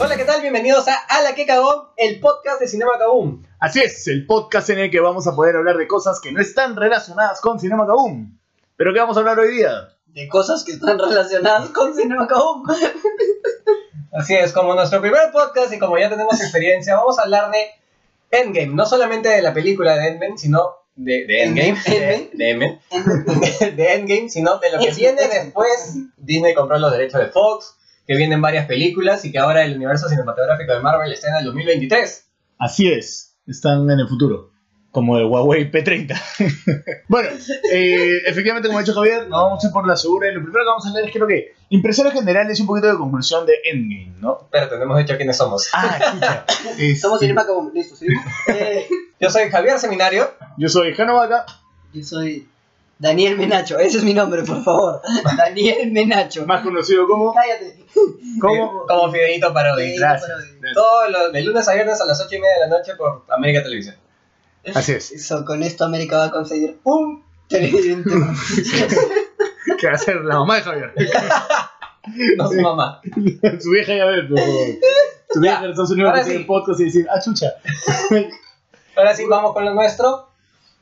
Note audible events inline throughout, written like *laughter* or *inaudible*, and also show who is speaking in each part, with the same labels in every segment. Speaker 1: Hola, ¿qué tal? Bienvenidos a A la que cagón, el podcast de Cinema Cagón.
Speaker 2: Así es, el podcast en el que vamos a poder hablar de cosas que no están relacionadas con Cinema Kaboom. ¿Pero qué vamos a hablar hoy día?
Speaker 1: De cosas que están relacionadas con Cinema Cagón. Así es, como nuestro primer podcast y como ya tenemos experiencia, vamos a hablar de Endgame. No solamente de la película de Endgame, sino de, de Endgame. *laughs* De, de Endgame. De Endgame, *laughs* sino de lo que viene después. Disney compró los derechos de Fox, que vienen varias películas y que ahora el universo cinematográfico de Marvel está en el 2023.
Speaker 2: Así es, están en el futuro, como el Huawei P30. *laughs* bueno, eh, efectivamente, como ha dicho Javier, nos vamos a ir por la segura y lo primero que vamos a leer es creo que impresiones generales y un poquito de conclusión de Endgame, ¿no?
Speaker 1: Pero tenemos dicho quiénes somos.
Speaker 2: Ah, escucha. Este,
Speaker 3: *laughs* Somos Cinema Cagón, listo, seguimos. Eh,
Speaker 1: Yo soy Javier Seminario.
Speaker 2: Yo soy Jano Vaca.
Speaker 3: yo soy Daniel Menacho, ese es mi nombre, por favor. Daniel Menacho.
Speaker 2: más conocido como...
Speaker 3: Cállate.
Speaker 2: como...
Speaker 1: Como Fideito Parodi.
Speaker 3: Fideíto.
Speaker 2: Gracias.
Speaker 1: Todos los de lunes a viernes a las 8 y media de la noche por América Televisión. *laughs*
Speaker 2: Así es.
Speaker 3: Eso, con esto América va a conseguir un televidente más.
Speaker 2: que va a ser la mamá de
Speaker 3: *laughs*
Speaker 2: Javier.
Speaker 1: No su mamá.
Speaker 2: *laughs* Su vieja ya ve, pero... Su vieja en Estados Unidos
Speaker 1: ahora
Speaker 2: va a hacer
Speaker 1: sí.
Speaker 2: el podcast y decir, ah, *laughs* chucha.
Speaker 1: Ahora sí, vamos con lo nuestro,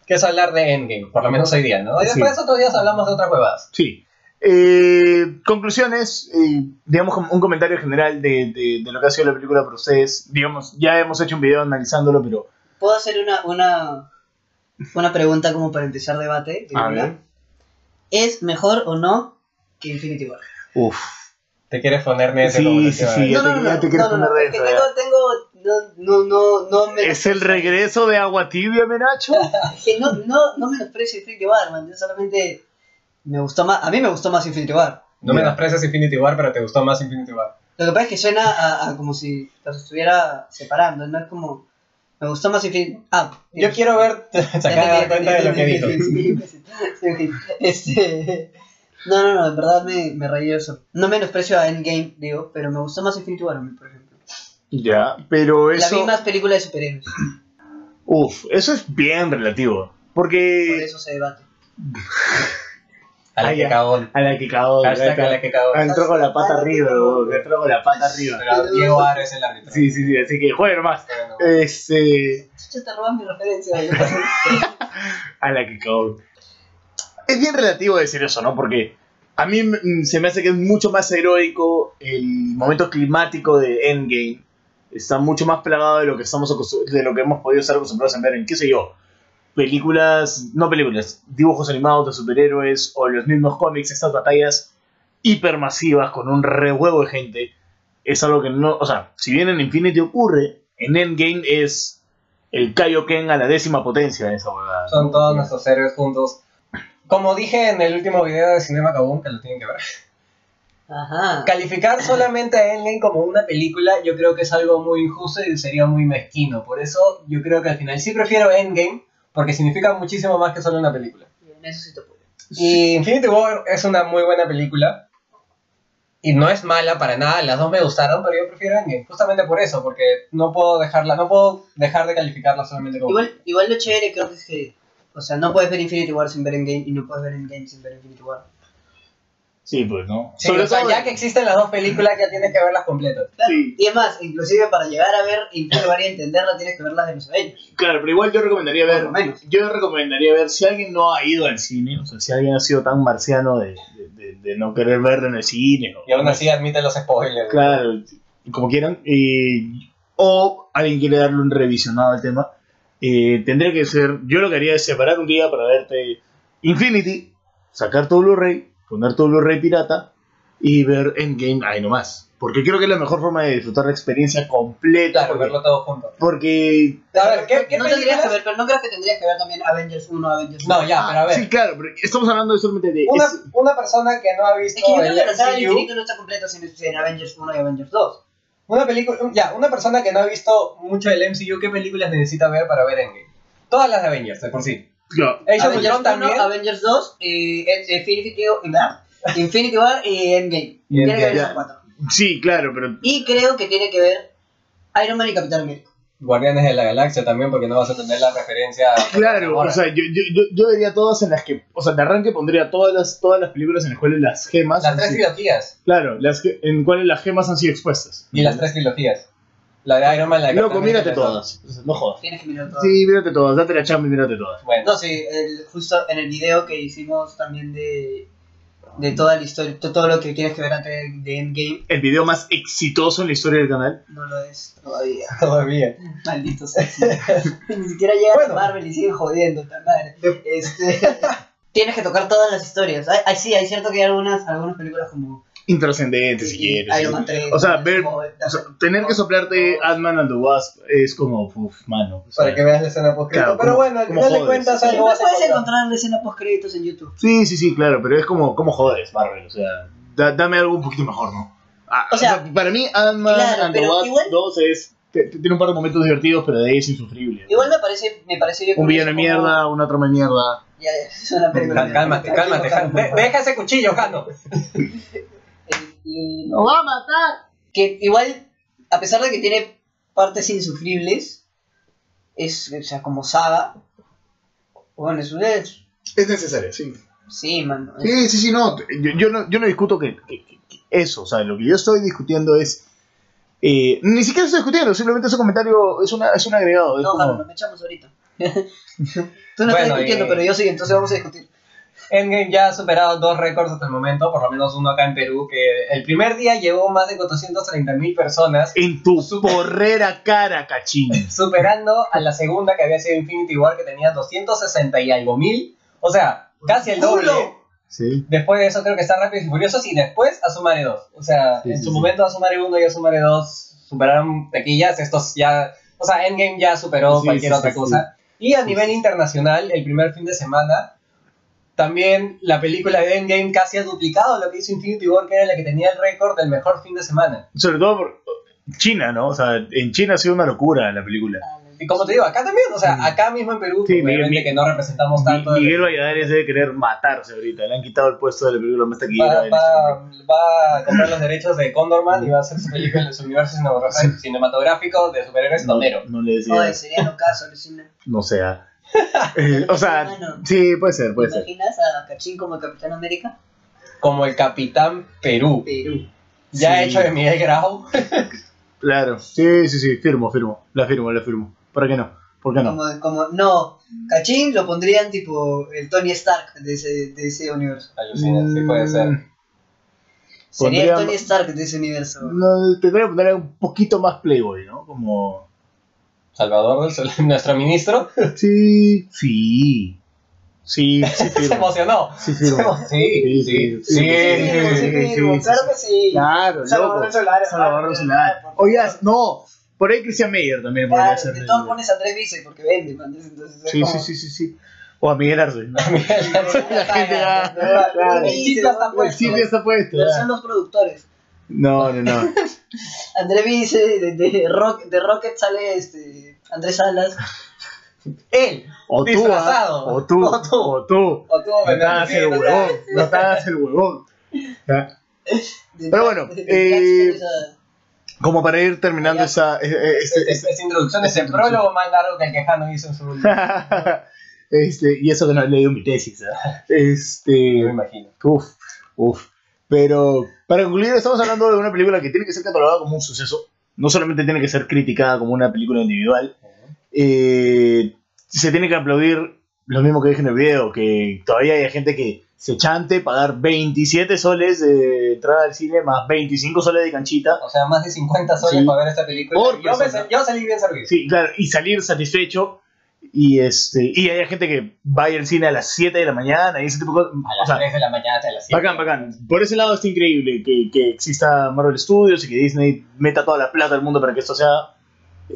Speaker 1: que es hablar de Endgame, por lo menos hoy día, ¿no? Y
Speaker 2: Sí.
Speaker 1: después otros días hablamos de otras huevadas.
Speaker 2: Sí. Eh, conclusiones, eh, digamos como un comentario general de, de- de lo que ha sido la película para ustedes. Digamos, ya hemos hecho un video analizándolo, pero...
Speaker 3: ¿Puedo hacer una, una, una pregunta como para empezar debate?
Speaker 2: A ver.
Speaker 3: ¿Es mejor o no que Infinity War?
Speaker 2: Uf.
Speaker 1: ¿Te quieres poner ese
Speaker 2: Sí,
Speaker 1: como la
Speaker 2: sí,
Speaker 1: última
Speaker 2: sí.
Speaker 1: vez?
Speaker 2: Ya te- ya te quieres poner
Speaker 3: es que
Speaker 2: dentro,
Speaker 3: tengo, tengo, no, no, no, no me
Speaker 2: ¿Es el regreso de Agua Tibia, Menacho?
Speaker 3: que no, no, no menosprecio Infinity War, man. Yo solamente me gustó más, a mí me gustó más Infinity War.
Speaker 1: No
Speaker 2: Ya.
Speaker 1: menosprecias Infinity War, pero te gustó más Infinity War.
Speaker 3: Lo que pasa es que suena a, a como si los estuviera separando, no es como... Me gustó más Infinity Ah,
Speaker 1: Yo quiero ver, *laughs* se acaba de dar cuenta de lo que dijo.
Speaker 3: dijo. Este... *laughs* No, no, no, en verdad me, me reí de eso. No menosprecio a Endgame, digo, pero me gustó más Infinity War, a mí, por ejemplo.
Speaker 2: *laughs* ya, pero eso...
Speaker 3: La vi más película de superhéroes,
Speaker 2: Uf, eso es bien relativo. Porque...
Speaker 3: por eso se debate.
Speaker 1: A la
Speaker 2: Ah,
Speaker 1: que
Speaker 2: ya. Ah,
Speaker 1: cagón.
Speaker 2: A la que cagó.
Speaker 1: Hashtag a la que cagón.
Speaker 2: Entró con la pata arriba, bro, entró con la pata arriba.
Speaker 1: Pero Diego Aro es el árbitro.
Speaker 2: Sí, sí, sí, así que jueguen más.
Speaker 1: Pero no.
Speaker 2: Este,
Speaker 3: Chucha, te robas mi referencia. yo.
Speaker 2: a la que cagó. Es bien relativo decir eso, ¿no? Porque a mí mm, se me hace que es mucho más heroico el momento climático de Endgame. Está mucho más plagado de lo que estamos acostum- de lo que hemos podido estar acostumbrados a ver en, qué sé yo, películas, no películas, dibujos animados de superhéroes o los mismos cómics, estas batallas hipermasivas con un rehuevo de gente, es algo que no, o sea, si bien en Infinity ocurre, en Endgame es el Kaioken a la décima potencia de esa huevada.
Speaker 1: Son todos nuestros héroes juntos. Como dije en el último video de Cinema Kaboom, que lo tienen que ver,
Speaker 3: Ajá.
Speaker 1: calificar solamente a Endgame como una película yo creo que es algo muy injusto y sería muy mezquino. Por eso yo creo que al final sí prefiero Endgame porque significa muchísimo más que solo una película.
Speaker 3: En eso sí te apoyo.
Speaker 1: Y Infinity War es una muy buena película y no es mala para nada, las dos me gustaron, pero yo prefiero Endgame justamente por eso, porque no puedo dejarla, no puedo dejar de calificarla solamente como
Speaker 3: Igual, igual lo chévere creo que es que. O sea, no puedes ver Infinity War sin ver Endgame y no puedes ver Endgame sin ver Infinity War.
Speaker 2: Sí, pues, ¿no?
Speaker 1: Sí, o sea, ya que existen las dos películas ya tienes que verlas completas.
Speaker 2: Sí.
Speaker 3: Y es más, inclusive para llegar a ver Infinity War y entenderla tienes que verlas de los Avengers.
Speaker 2: Claro, pero igual yo recomendaría
Speaker 3: Por
Speaker 2: ver,
Speaker 3: lo menos.
Speaker 2: yo recomendaría ver si alguien no ha ido al cine, o sea, si alguien ha sido tan marciano de, de- de- de no querer verlo en el cine. o-
Speaker 1: Y aún así admite los spoilers.
Speaker 2: Claro, como quieran. eh, o alguien quiere darle un revisionado al tema. eh, tendría que ser, yo lo que haría es separar un día para verte Infinity, sacar tu Blu-ray, poner tu Blu-ray pirata y ver Endgame ahí nomás. Porque creo que es la mejor forma de disfrutar la experiencia completa.
Speaker 1: Claro, verlo
Speaker 2: porque,
Speaker 1: todo junto.
Speaker 2: porque-
Speaker 1: A ver, ¿qué, qué
Speaker 3: no tendrías
Speaker 1: películas?
Speaker 3: que ver, pero no crees que tendrías que ver también Avengers 1, Avengers 2.
Speaker 1: No, ya, pero a ver.
Speaker 2: Ah, sí, claro, pero estamos hablando de solamente de...
Speaker 1: Una,
Speaker 2: es-
Speaker 1: una persona que no ha
Speaker 3: Es
Speaker 1: visto
Speaker 3: que yo creo
Speaker 1: el
Speaker 3: que la saga del
Speaker 1: MCU,
Speaker 3: infinito no está completa sin, sin Avengers 1 y Avengers 2.
Speaker 1: una película, ya, una persona que no ha visto mucho el MCU, ¿qué películas necesita ver para ver Endgame? Todas las de Avengers, de por sí.
Speaker 2: claro,
Speaker 1: Age of
Speaker 3: Avengers
Speaker 1: Ultron
Speaker 3: 1,
Speaker 1: también.
Speaker 3: Avengers 2 y en- Infinity War, y nada, Infinity War y Endgame.
Speaker 1: Y
Speaker 3: Tiene que ver
Speaker 2: Endgame,
Speaker 3: esos
Speaker 2: ya.
Speaker 3: cuatro.
Speaker 2: sí, claro, pero
Speaker 3: Y creo que tiene que ver Iron Man y Capitán América.
Speaker 1: Guardianes de la Galaxia también, porque no vas a entender la referencia.
Speaker 2: Claro, o sea, yo, yo, yo, yo diría todas en las que. O sea, de arranque pondría todas las, todas las películas en las cuales las gemas.
Speaker 1: las
Speaker 2: han
Speaker 1: tres
Speaker 2: sido-
Speaker 1: trilogías.
Speaker 2: Claro, las que- en cuales las gemas han sido expuestas.
Speaker 1: Y las tres trilogías. La de Iron Man, la de
Speaker 2: Loco,
Speaker 1: Capitán
Speaker 2: mírate
Speaker 1: América,
Speaker 2: todas. O sea, No jodas.
Speaker 3: Tienes que mirar todo.
Speaker 2: Sí, mírate todas. Date la chamba y mírate todas.
Speaker 1: Bueno,
Speaker 3: No, sí, el- justo en el video que hicimos también de, de toda la historia, to- todo lo que tienes que ver antes de- de Endgame,
Speaker 2: El video más exitoso en la historia del canal.
Speaker 3: no lo es todavía.
Speaker 1: *laughs* todavía.
Speaker 3: Maldito sea. *laughs* Ni siquiera llega
Speaker 1: Bueno.
Speaker 3: a Marvel y siguen jodiendo, esta madre. Este, *laughs* tienes que tocar todas las historias. Ay, ay, sí, hay cierto que hay algunas, algunas películas como
Speaker 2: Intrascendente, si quieres.
Speaker 3: Iron Man 3.
Speaker 2: O sea,
Speaker 3: como-
Speaker 2: ver-
Speaker 3: como-
Speaker 2: O sea, tener que soplarte Ant-Man and the Wasp es como, uff, mano. o sea,
Speaker 1: Para que veas la escena post
Speaker 2: Claro,
Speaker 1: Pero
Speaker 2: ¿cómo-
Speaker 1: bueno, al
Speaker 2: cómo
Speaker 1: final de
Speaker 2: jodes?
Speaker 1: cuentas
Speaker 3: Sí, no
Speaker 1: algo vas a
Speaker 3: puedes
Speaker 1: encontrar.
Speaker 3: encontrar la escena post créditos en YouTube.
Speaker 2: Sí, sí, sí, claro, pero es como, como jodes, Marvel. O sea, da- dame algo un poquito mejor, ¿no? Ah,
Speaker 3: O
Speaker 2: o, sea,
Speaker 3: sea,
Speaker 2: para mí, Ant-Man
Speaker 3: claro,
Speaker 2: and the
Speaker 3: pero
Speaker 2: Wasp
Speaker 3: igual-
Speaker 2: 2 es, te- te- tiene un par de momentos divertidos, pero de ahí es insufrible.
Speaker 3: Igual me parece, me parece bien
Speaker 2: un villano de
Speaker 3: como-
Speaker 2: mierda, una trama de mierda.
Speaker 3: Ya, ya, es una película.
Speaker 1: Cal- Cálmate, cálmate,
Speaker 3: Tranquilo,
Speaker 1: cálmate.
Speaker 3: por favor.
Speaker 1: Deja ese cuchillo, Jano.
Speaker 3: Este,
Speaker 2: ¡Lo va a matar!
Speaker 3: que igual, a pesar de que tiene partes insufribles, es, o sea, como saga, bueno, es un... es-
Speaker 2: Es necesario, sí.
Speaker 3: Sí, mano. es-
Speaker 2: Sí, sí, sí, no. Yo, yo no, yo no discuto que, que- que- que eso, o sea, lo que yo estoy discutiendo es. eh, ni siquiera estoy discutiendo, simplemente ese comentario es, una, es un agregado. es
Speaker 3: No,
Speaker 2: como-
Speaker 3: Jaro, nos echamos ahorita. *laughs* Tú no estás
Speaker 1: Bueno,
Speaker 3: discutiendo,
Speaker 2: eh,
Speaker 1: y-
Speaker 3: pero yo sí, entonces vamos a discutir.
Speaker 1: Endgame ya ha superado dos récords hasta el momento, por lo menos uno acá en Perú, que el primer día llevó más de 430.000 personas,
Speaker 2: En tu porrera cara, cachín.
Speaker 1: superando a la segunda que había sido Infinity War, que tenía 260 y algo mil. O sea, casi el doble.
Speaker 3: ¡Culo!
Speaker 2: Sí.
Speaker 1: Después de eso creo que está Rápidos y Furiosos y después a Sumare 2. O sea,
Speaker 2: Sí,
Speaker 1: en
Speaker 2: sí,
Speaker 1: su
Speaker 2: sí.
Speaker 1: momento a Sumare 1 y a Sumare 2 superaron taquillas. Estos ya... O sea, Endgame ya superó
Speaker 2: Sí,
Speaker 1: cualquier
Speaker 2: sí,
Speaker 1: otra
Speaker 2: sí,
Speaker 1: cosa. Y a
Speaker 2: Sí,
Speaker 1: nivel
Speaker 2: sí.
Speaker 1: internacional, el primer fin de semana, también la película de Endgame casi ha duplicado lo que hizo Infinity War, que era la que tenía el récord del mejor fin de semana.
Speaker 2: Sobre todo por China, ¿no? O sea, en China ha sido una locura la película.
Speaker 1: Y como te digo, acá también, o sea,
Speaker 2: Mm.
Speaker 1: acá mismo en Perú,
Speaker 2: Sí,
Speaker 1: que
Speaker 2: Miguel-
Speaker 1: obviamente que no representamos tanto...
Speaker 2: Mi- Miguel Valladares debe querer matarse ahorita. Le han quitado el puesto de la película más taquillera.
Speaker 1: Va,
Speaker 2: de
Speaker 1: va- va a comprar los derechos de Condorman y va a hacer su película en su universo cinematográfico- cinematográfico de superhéroes
Speaker 2: no,
Speaker 1: tonero.
Speaker 2: no le decía.
Speaker 3: Oye, sería lo caso, Lucina.
Speaker 2: No sea. Eh, o sea,
Speaker 3: Hermano.
Speaker 2: sí, puede ser,
Speaker 3: ¿Te
Speaker 2: *laughs* puede ser.
Speaker 3: imaginas a Cachín como Capitán América?
Speaker 1: Como el Capitán Perú.
Speaker 3: Perú.
Speaker 1: Ya
Speaker 2: Sí.
Speaker 1: hecho de Miguel Grau.
Speaker 2: Claro. Sí, sí, sí. Firmo, firmo. La firmo, la firmo. ¿Para qué no? ¿Por qué no?
Speaker 3: Como, como, no, Cachín lo pondrían tipo el Tony Stark de ese, de ese universo.
Speaker 1: Alucina, sí puede ser.
Speaker 2: Mm,
Speaker 3: Sería
Speaker 2: Pondrían-
Speaker 3: el Tony Stark de ese universo.
Speaker 2: No, tendría que poner un poquito más Playboy, ¿no? Como.
Speaker 1: Salvador del Sol, nuestro ministro,
Speaker 2: Sí, sí. Sí, sí,
Speaker 1: se
Speaker 2: firmo.
Speaker 1: emocionó.
Speaker 2: Sí, firmo.
Speaker 1: Sí, sí, sí.
Speaker 2: Sí, sí, sí.
Speaker 3: que sí.
Speaker 2: Claro,
Speaker 3: Salvador
Speaker 2: loco.
Speaker 3: del Solar.
Speaker 2: pues, Salvador del Solar. Oigas, no. Por ahí Christian Meyer también podría
Speaker 3: Claro,
Speaker 2: ser.
Speaker 3: de todos pones a tres bices porque vende, man, entonces es
Speaker 2: Sí,
Speaker 3: como-
Speaker 2: sí,
Speaker 3: *laughs*
Speaker 2: sí, sí, sí. O a Miguel Arce.
Speaker 1: *laughs*
Speaker 2: ¿no? La gente va-
Speaker 3: Claro.
Speaker 2: El
Speaker 3: Sí, se va puesto.
Speaker 2: Sí, ya está puesto.
Speaker 3: Pero
Speaker 2: ya.
Speaker 3: son los productores.
Speaker 2: No, no, no.
Speaker 3: Andrés Vice, de, de Rock, de Rocket sale este Andrés Salas.
Speaker 1: Él.
Speaker 2: O tú, ah.
Speaker 1: Disfrazado.
Speaker 2: o tú,
Speaker 1: O tú.
Speaker 2: o tú.
Speaker 1: O tú,
Speaker 2: No te hagas el Ah, huevón, no te hagas el huevón. Ya.
Speaker 3: De-
Speaker 2: Pero bueno,
Speaker 3: de- de-
Speaker 2: eh, Como para ir terminando
Speaker 1: Ya.
Speaker 2: esa, eh, eh, este, *laughs* este-
Speaker 1: Esta introducción es el prólogo más largo que el que Jano hizo en su
Speaker 2: *laughs*
Speaker 1: vida.
Speaker 2: este, y eso que no he leído mi tesis, ¿ah?
Speaker 1: Me
Speaker 2: este,
Speaker 1: imagino.
Speaker 2: Uf, uf. Pero para concluir, estamos hablando de una película que tiene que ser catalogada como un suceso. No solamente tiene que ser criticada como una película individual. eh, se tiene que aplaudir lo mismo que dije en el video, que todavía hay gente que se chante pagar 27 soles de entrada al cine más 25 soles de canchita.
Speaker 1: O sea, más de 50 soles
Speaker 2: Sí.
Speaker 1: para ver esta película.
Speaker 2: Por
Speaker 1: yo, me
Speaker 2: persona.
Speaker 1: sal- yo salí bien servido.
Speaker 2: Sí, claro, y salir satisfecho. Y este y hay gente que va al cine a las 7 de la mañana y ese tipo de cosas.
Speaker 1: A
Speaker 2: O
Speaker 1: las
Speaker 2: sea,
Speaker 1: 3 de la mañana, a las 7.
Speaker 2: Bacán, bacán. Por ese lado está increíble que, que exista Marvel Studios y que Disney meta toda la plata del mundo para que esto sea.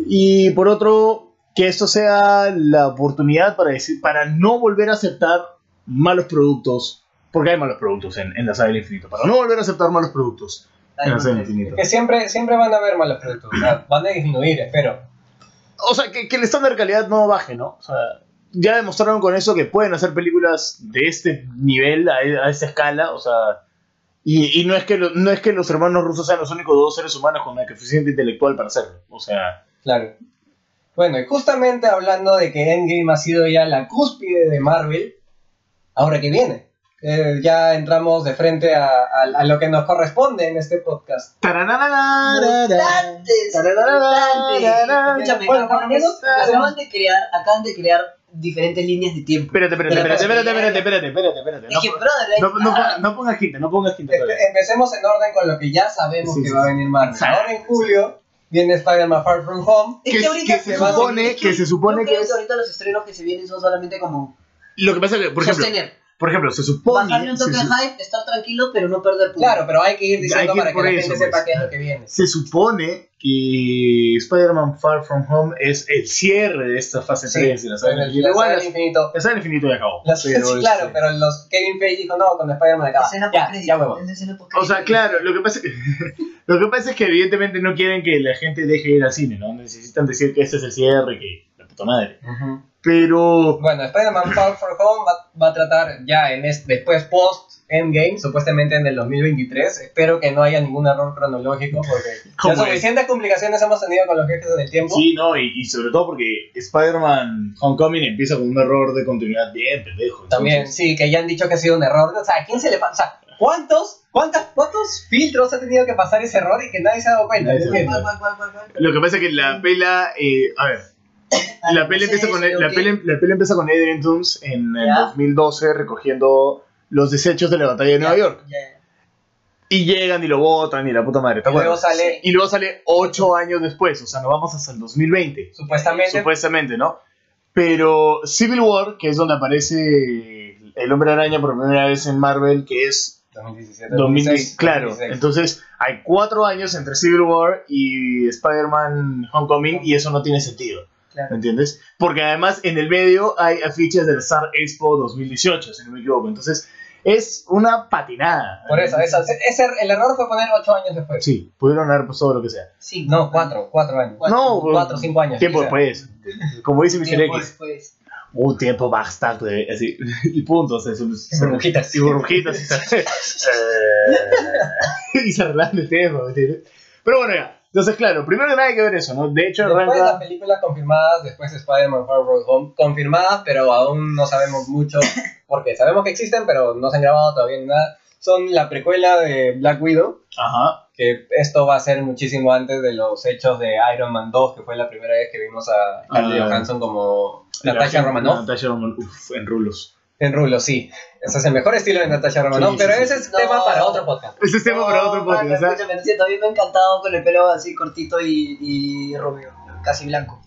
Speaker 2: Y por otro, que esto sea la oportunidad para, decir, para no volver a aceptar malos productos. Porque hay malos productos en, en la saga del infinito. Para no volver a aceptar malos productos en la saga del infinito.
Speaker 1: Que siempre, siempre van a haber malos productos, o sea, van a disminuir, espero.
Speaker 2: O sea, que, que el estándar de calidad no baje, ¿no? O sea, ya demostraron con eso que pueden hacer películas de este nivel, a, a esta escala, o sea... Y, y no, es que lo- no es que los hermanos rusos sean los únicos dos seres humanos con el coeficiente intelectual para hacerlo. O sea,
Speaker 1: Claro. Bueno, y justamente hablando de que Endgame ha sido ya la cúspide de Marvel, ahora que viene, eh, ya entramos de frente a, a- a lo que nos corresponde en este podcast.
Speaker 2: Tararararara.
Speaker 3: Mutantes,
Speaker 2: Tararararara.
Speaker 3: mutantes. Escúchame,
Speaker 1: Bueno, por
Speaker 3: acaban
Speaker 1: lo
Speaker 3: de-
Speaker 1: menos-
Speaker 3: acaban de crear, acaban de crear diferentes líneas de tiempo.
Speaker 2: Espérate, espérate,
Speaker 3: Pero
Speaker 2: espérate, espérate,
Speaker 3: parece que-
Speaker 2: espérate, espérate, espérate, espérate.
Speaker 3: Es que, brother, hay-
Speaker 2: No, no,
Speaker 3: ah,
Speaker 2: no, no pongas quinta, no pongas quinta todavía.
Speaker 1: Espe- Empecemos en orden con lo que ya sabemos
Speaker 2: Sí,
Speaker 1: que
Speaker 2: sí,
Speaker 1: va a
Speaker 2: sí.
Speaker 1: venir Marvel.
Speaker 2: Sí.
Speaker 1: Ahora en julio viene Spider-Man Far From Home.
Speaker 3: es
Speaker 2: que-
Speaker 3: que ahorita
Speaker 2: que se
Speaker 3: no,
Speaker 2: supone-
Speaker 3: es
Speaker 2: que se supone
Speaker 3: yo creo
Speaker 2: que es-
Speaker 3: ahorita los estrenos que se vienen son solamente como
Speaker 2: Lo que pasa es que, por ejemplo,
Speaker 3: sostener,
Speaker 2: por ejemplo, se supone.
Speaker 3: bajarle un toque
Speaker 2: se
Speaker 3: de
Speaker 2: su-
Speaker 3: hype, estar tranquilo, pero no perder puntos.
Speaker 1: Claro, pero hay que ir diciendo
Speaker 2: Hay que ir
Speaker 1: para que
Speaker 2: por
Speaker 1: la
Speaker 2: eso,
Speaker 1: gente sepa
Speaker 2: pues.
Speaker 1: qué es lo que viene.
Speaker 2: Se supone que Spider-Man Far From Home es el cierre de esta fase
Speaker 1: Sí,
Speaker 2: 3 de la saga
Speaker 1: Bueno, el
Speaker 2: infinita. Igual,
Speaker 1: Lanzador infinito.
Speaker 2: la saga infinito ya acabó.
Speaker 1: Las- sí,
Speaker 2: Pero,
Speaker 1: claro,
Speaker 2: este,
Speaker 1: pero los Kevin Feige dijo no, con Spider-Man acaba.
Speaker 3: Escena
Speaker 1: Ya,
Speaker 3: post-crédito,
Speaker 1: ya huevo.
Speaker 3: es escena post-crédito.
Speaker 2: O sea, claro, lo que pasa lo que *laughs* pasa es que evidentemente no quieren que la gente deje de ir al cine, ¿no? Necesitan decir que este es el cierre, que la puta madre.
Speaker 1: Ujú.
Speaker 2: Pero
Speaker 1: Bueno, Spider-Man Far From Home va, va a tratar ya en este, después post Endgame, supuestamente en el 2023. Espero que no haya ningún error cronológico
Speaker 2: *laughs*
Speaker 1: porque
Speaker 2: ¿Cómo
Speaker 1: ya
Speaker 2: es?
Speaker 1: suficientes complicaciones hemos tenido con los viajes en el tiempo.
Speaker 2: sí, no, y, y sobre todo porque Spider-Man Homecoming empieza con un error de continuidad bien pendejo.
Speaker 1: También,
Speaker 2: entonces-
Speaker 1: sí, que ya han dicho que ha sido un error. O sea, ¿a quién se le pasa? ¿Cuántos, cuántas, ¿Cuántos filtros ha tenido que pasar ese error y que nadie se ha dado cuenta?
Speaker 2: Nadie se
Speaker 1: Yo
Speaker 2: ha dado
Speaker 1: entiendo.
Speaker 3: ¿Cuál, cuál, cuál, cuál, cuál?
Speaker 2: Lo que pasa es que la pela, eh, a ver,
Speaker 3: Ah,
Speaker 2: la
Speaker 3: no
Speaker 2: peli
Speaker 3: sé
Speaker 2: empieza
Speaker 3: eso,
Speaker 2: con E- la,
Speaker 3: tengo que-
Speaker 2: peli- la peli empieza con Adrian Toomes en el
Speaker 3: Ya.
Speaker 2: 2012 recogiendo los desechos de la batalla de Nueva York
Speaker 3: Ya, ya.
Speaker 2: y llegan y lo botan y la puta madre, ¿te
Speaker 1: Y luego
Speaker 2: acuerdas?
Speaker 1: sale,
Speaker 2: Y luego sale 8 años después, o sea, nos vamos hasta el 2020,
Speaker 1: supuestamente,
Speaker 2: supuestamente, ¿no? Pero Civil War, que es donde aparece el Hombre Araña por primera vez en Marvel, que es
Speaker 1: 2017,
Speaker 2: 2016, claro.
Speaker 1: 2016.
Speaker 2: Entonces, hay 4 años entre Civil War y Spider-Man Homecoming y eso no tiene sentido. ¿Me
Speaker 3: Claro.
Speaker 2: entiendes? Porque además en el medio hay afiches del SAR Expo 2018, si no me equivoco. Entonces, es una patinada.
Speaker 1: Por eso, eso, ese, el error fue poner 8 años después.
Speaker 2: Sí, pudieron haber pasado lo que sea.
Speaker 3: Sí,
Speaker 1: No, 4, 4 años.
Speaker 2: No,
Speaker 1: 4, 5 años.
Speaker 2: Tiempo
Speaker 1: quizá.
Speaker 2: después. Como dice Mr.
Speaker 3: Tiempo
Speaker 2: X,
Speaker 3: después.
Speaker 2: un tiempo bastante. Así, *laughs* y punto. o sea, se- se-
Speaker 1: Burbujitas.
Speaker 2: Y burbujitas. y se- eh, *laughs* y se arreglan el tema. ¿me entiendes? Pero bueno, ya. Entonces, claro, primero que nada hay que ver eso, ¿no? De hecho,
Speaker 1: Después las
Speaker 2: arranca.
Speaker 1: películas confirmadas, después Spider-Man Far From Home, confirmadas, pero aún no sabemos mucho,
Speaker 2: *laughs*
Speaker 1: porque sabemos que existen, pero no se han grabado todavía ni nada. Son la precuela de Black Widow,
Speaker 2: Ajá.
Speaker 1: que esto va a ser muchísimo antes de los hechos de Iron Man 2, que fue la primera vez que vimos a Scarlett
Speaker 2: Ah.
Speaker 1: Johansson como Natasha Romanoff.
Speaker 2: Natasha Romanoff. Uf, en rulos.
Speaker 1: En rulo, sí. Ese es el mejor estilo de Natasha Romanoff,
Speaker 2: Sí, sí,
Speaker 1: pero
Speaker 2: sí.
Speaker 1: ese es
Speaker 3: No.
Speaker 1: tema para otro podcast.
Speaker 2: Ese es tema Este para
Speaker 1: Oh,
Speaker 2: otro
Speaker 3: No,
Speaker 2: podcast. ¿ah? ¿eh?
Speaker 3: mano,
Speaker 2: ¿sabes?
Speaker 3: escúchame, lo siento, a mí me ha encantado con el pelo así cortito y, y rubio, casi blanco.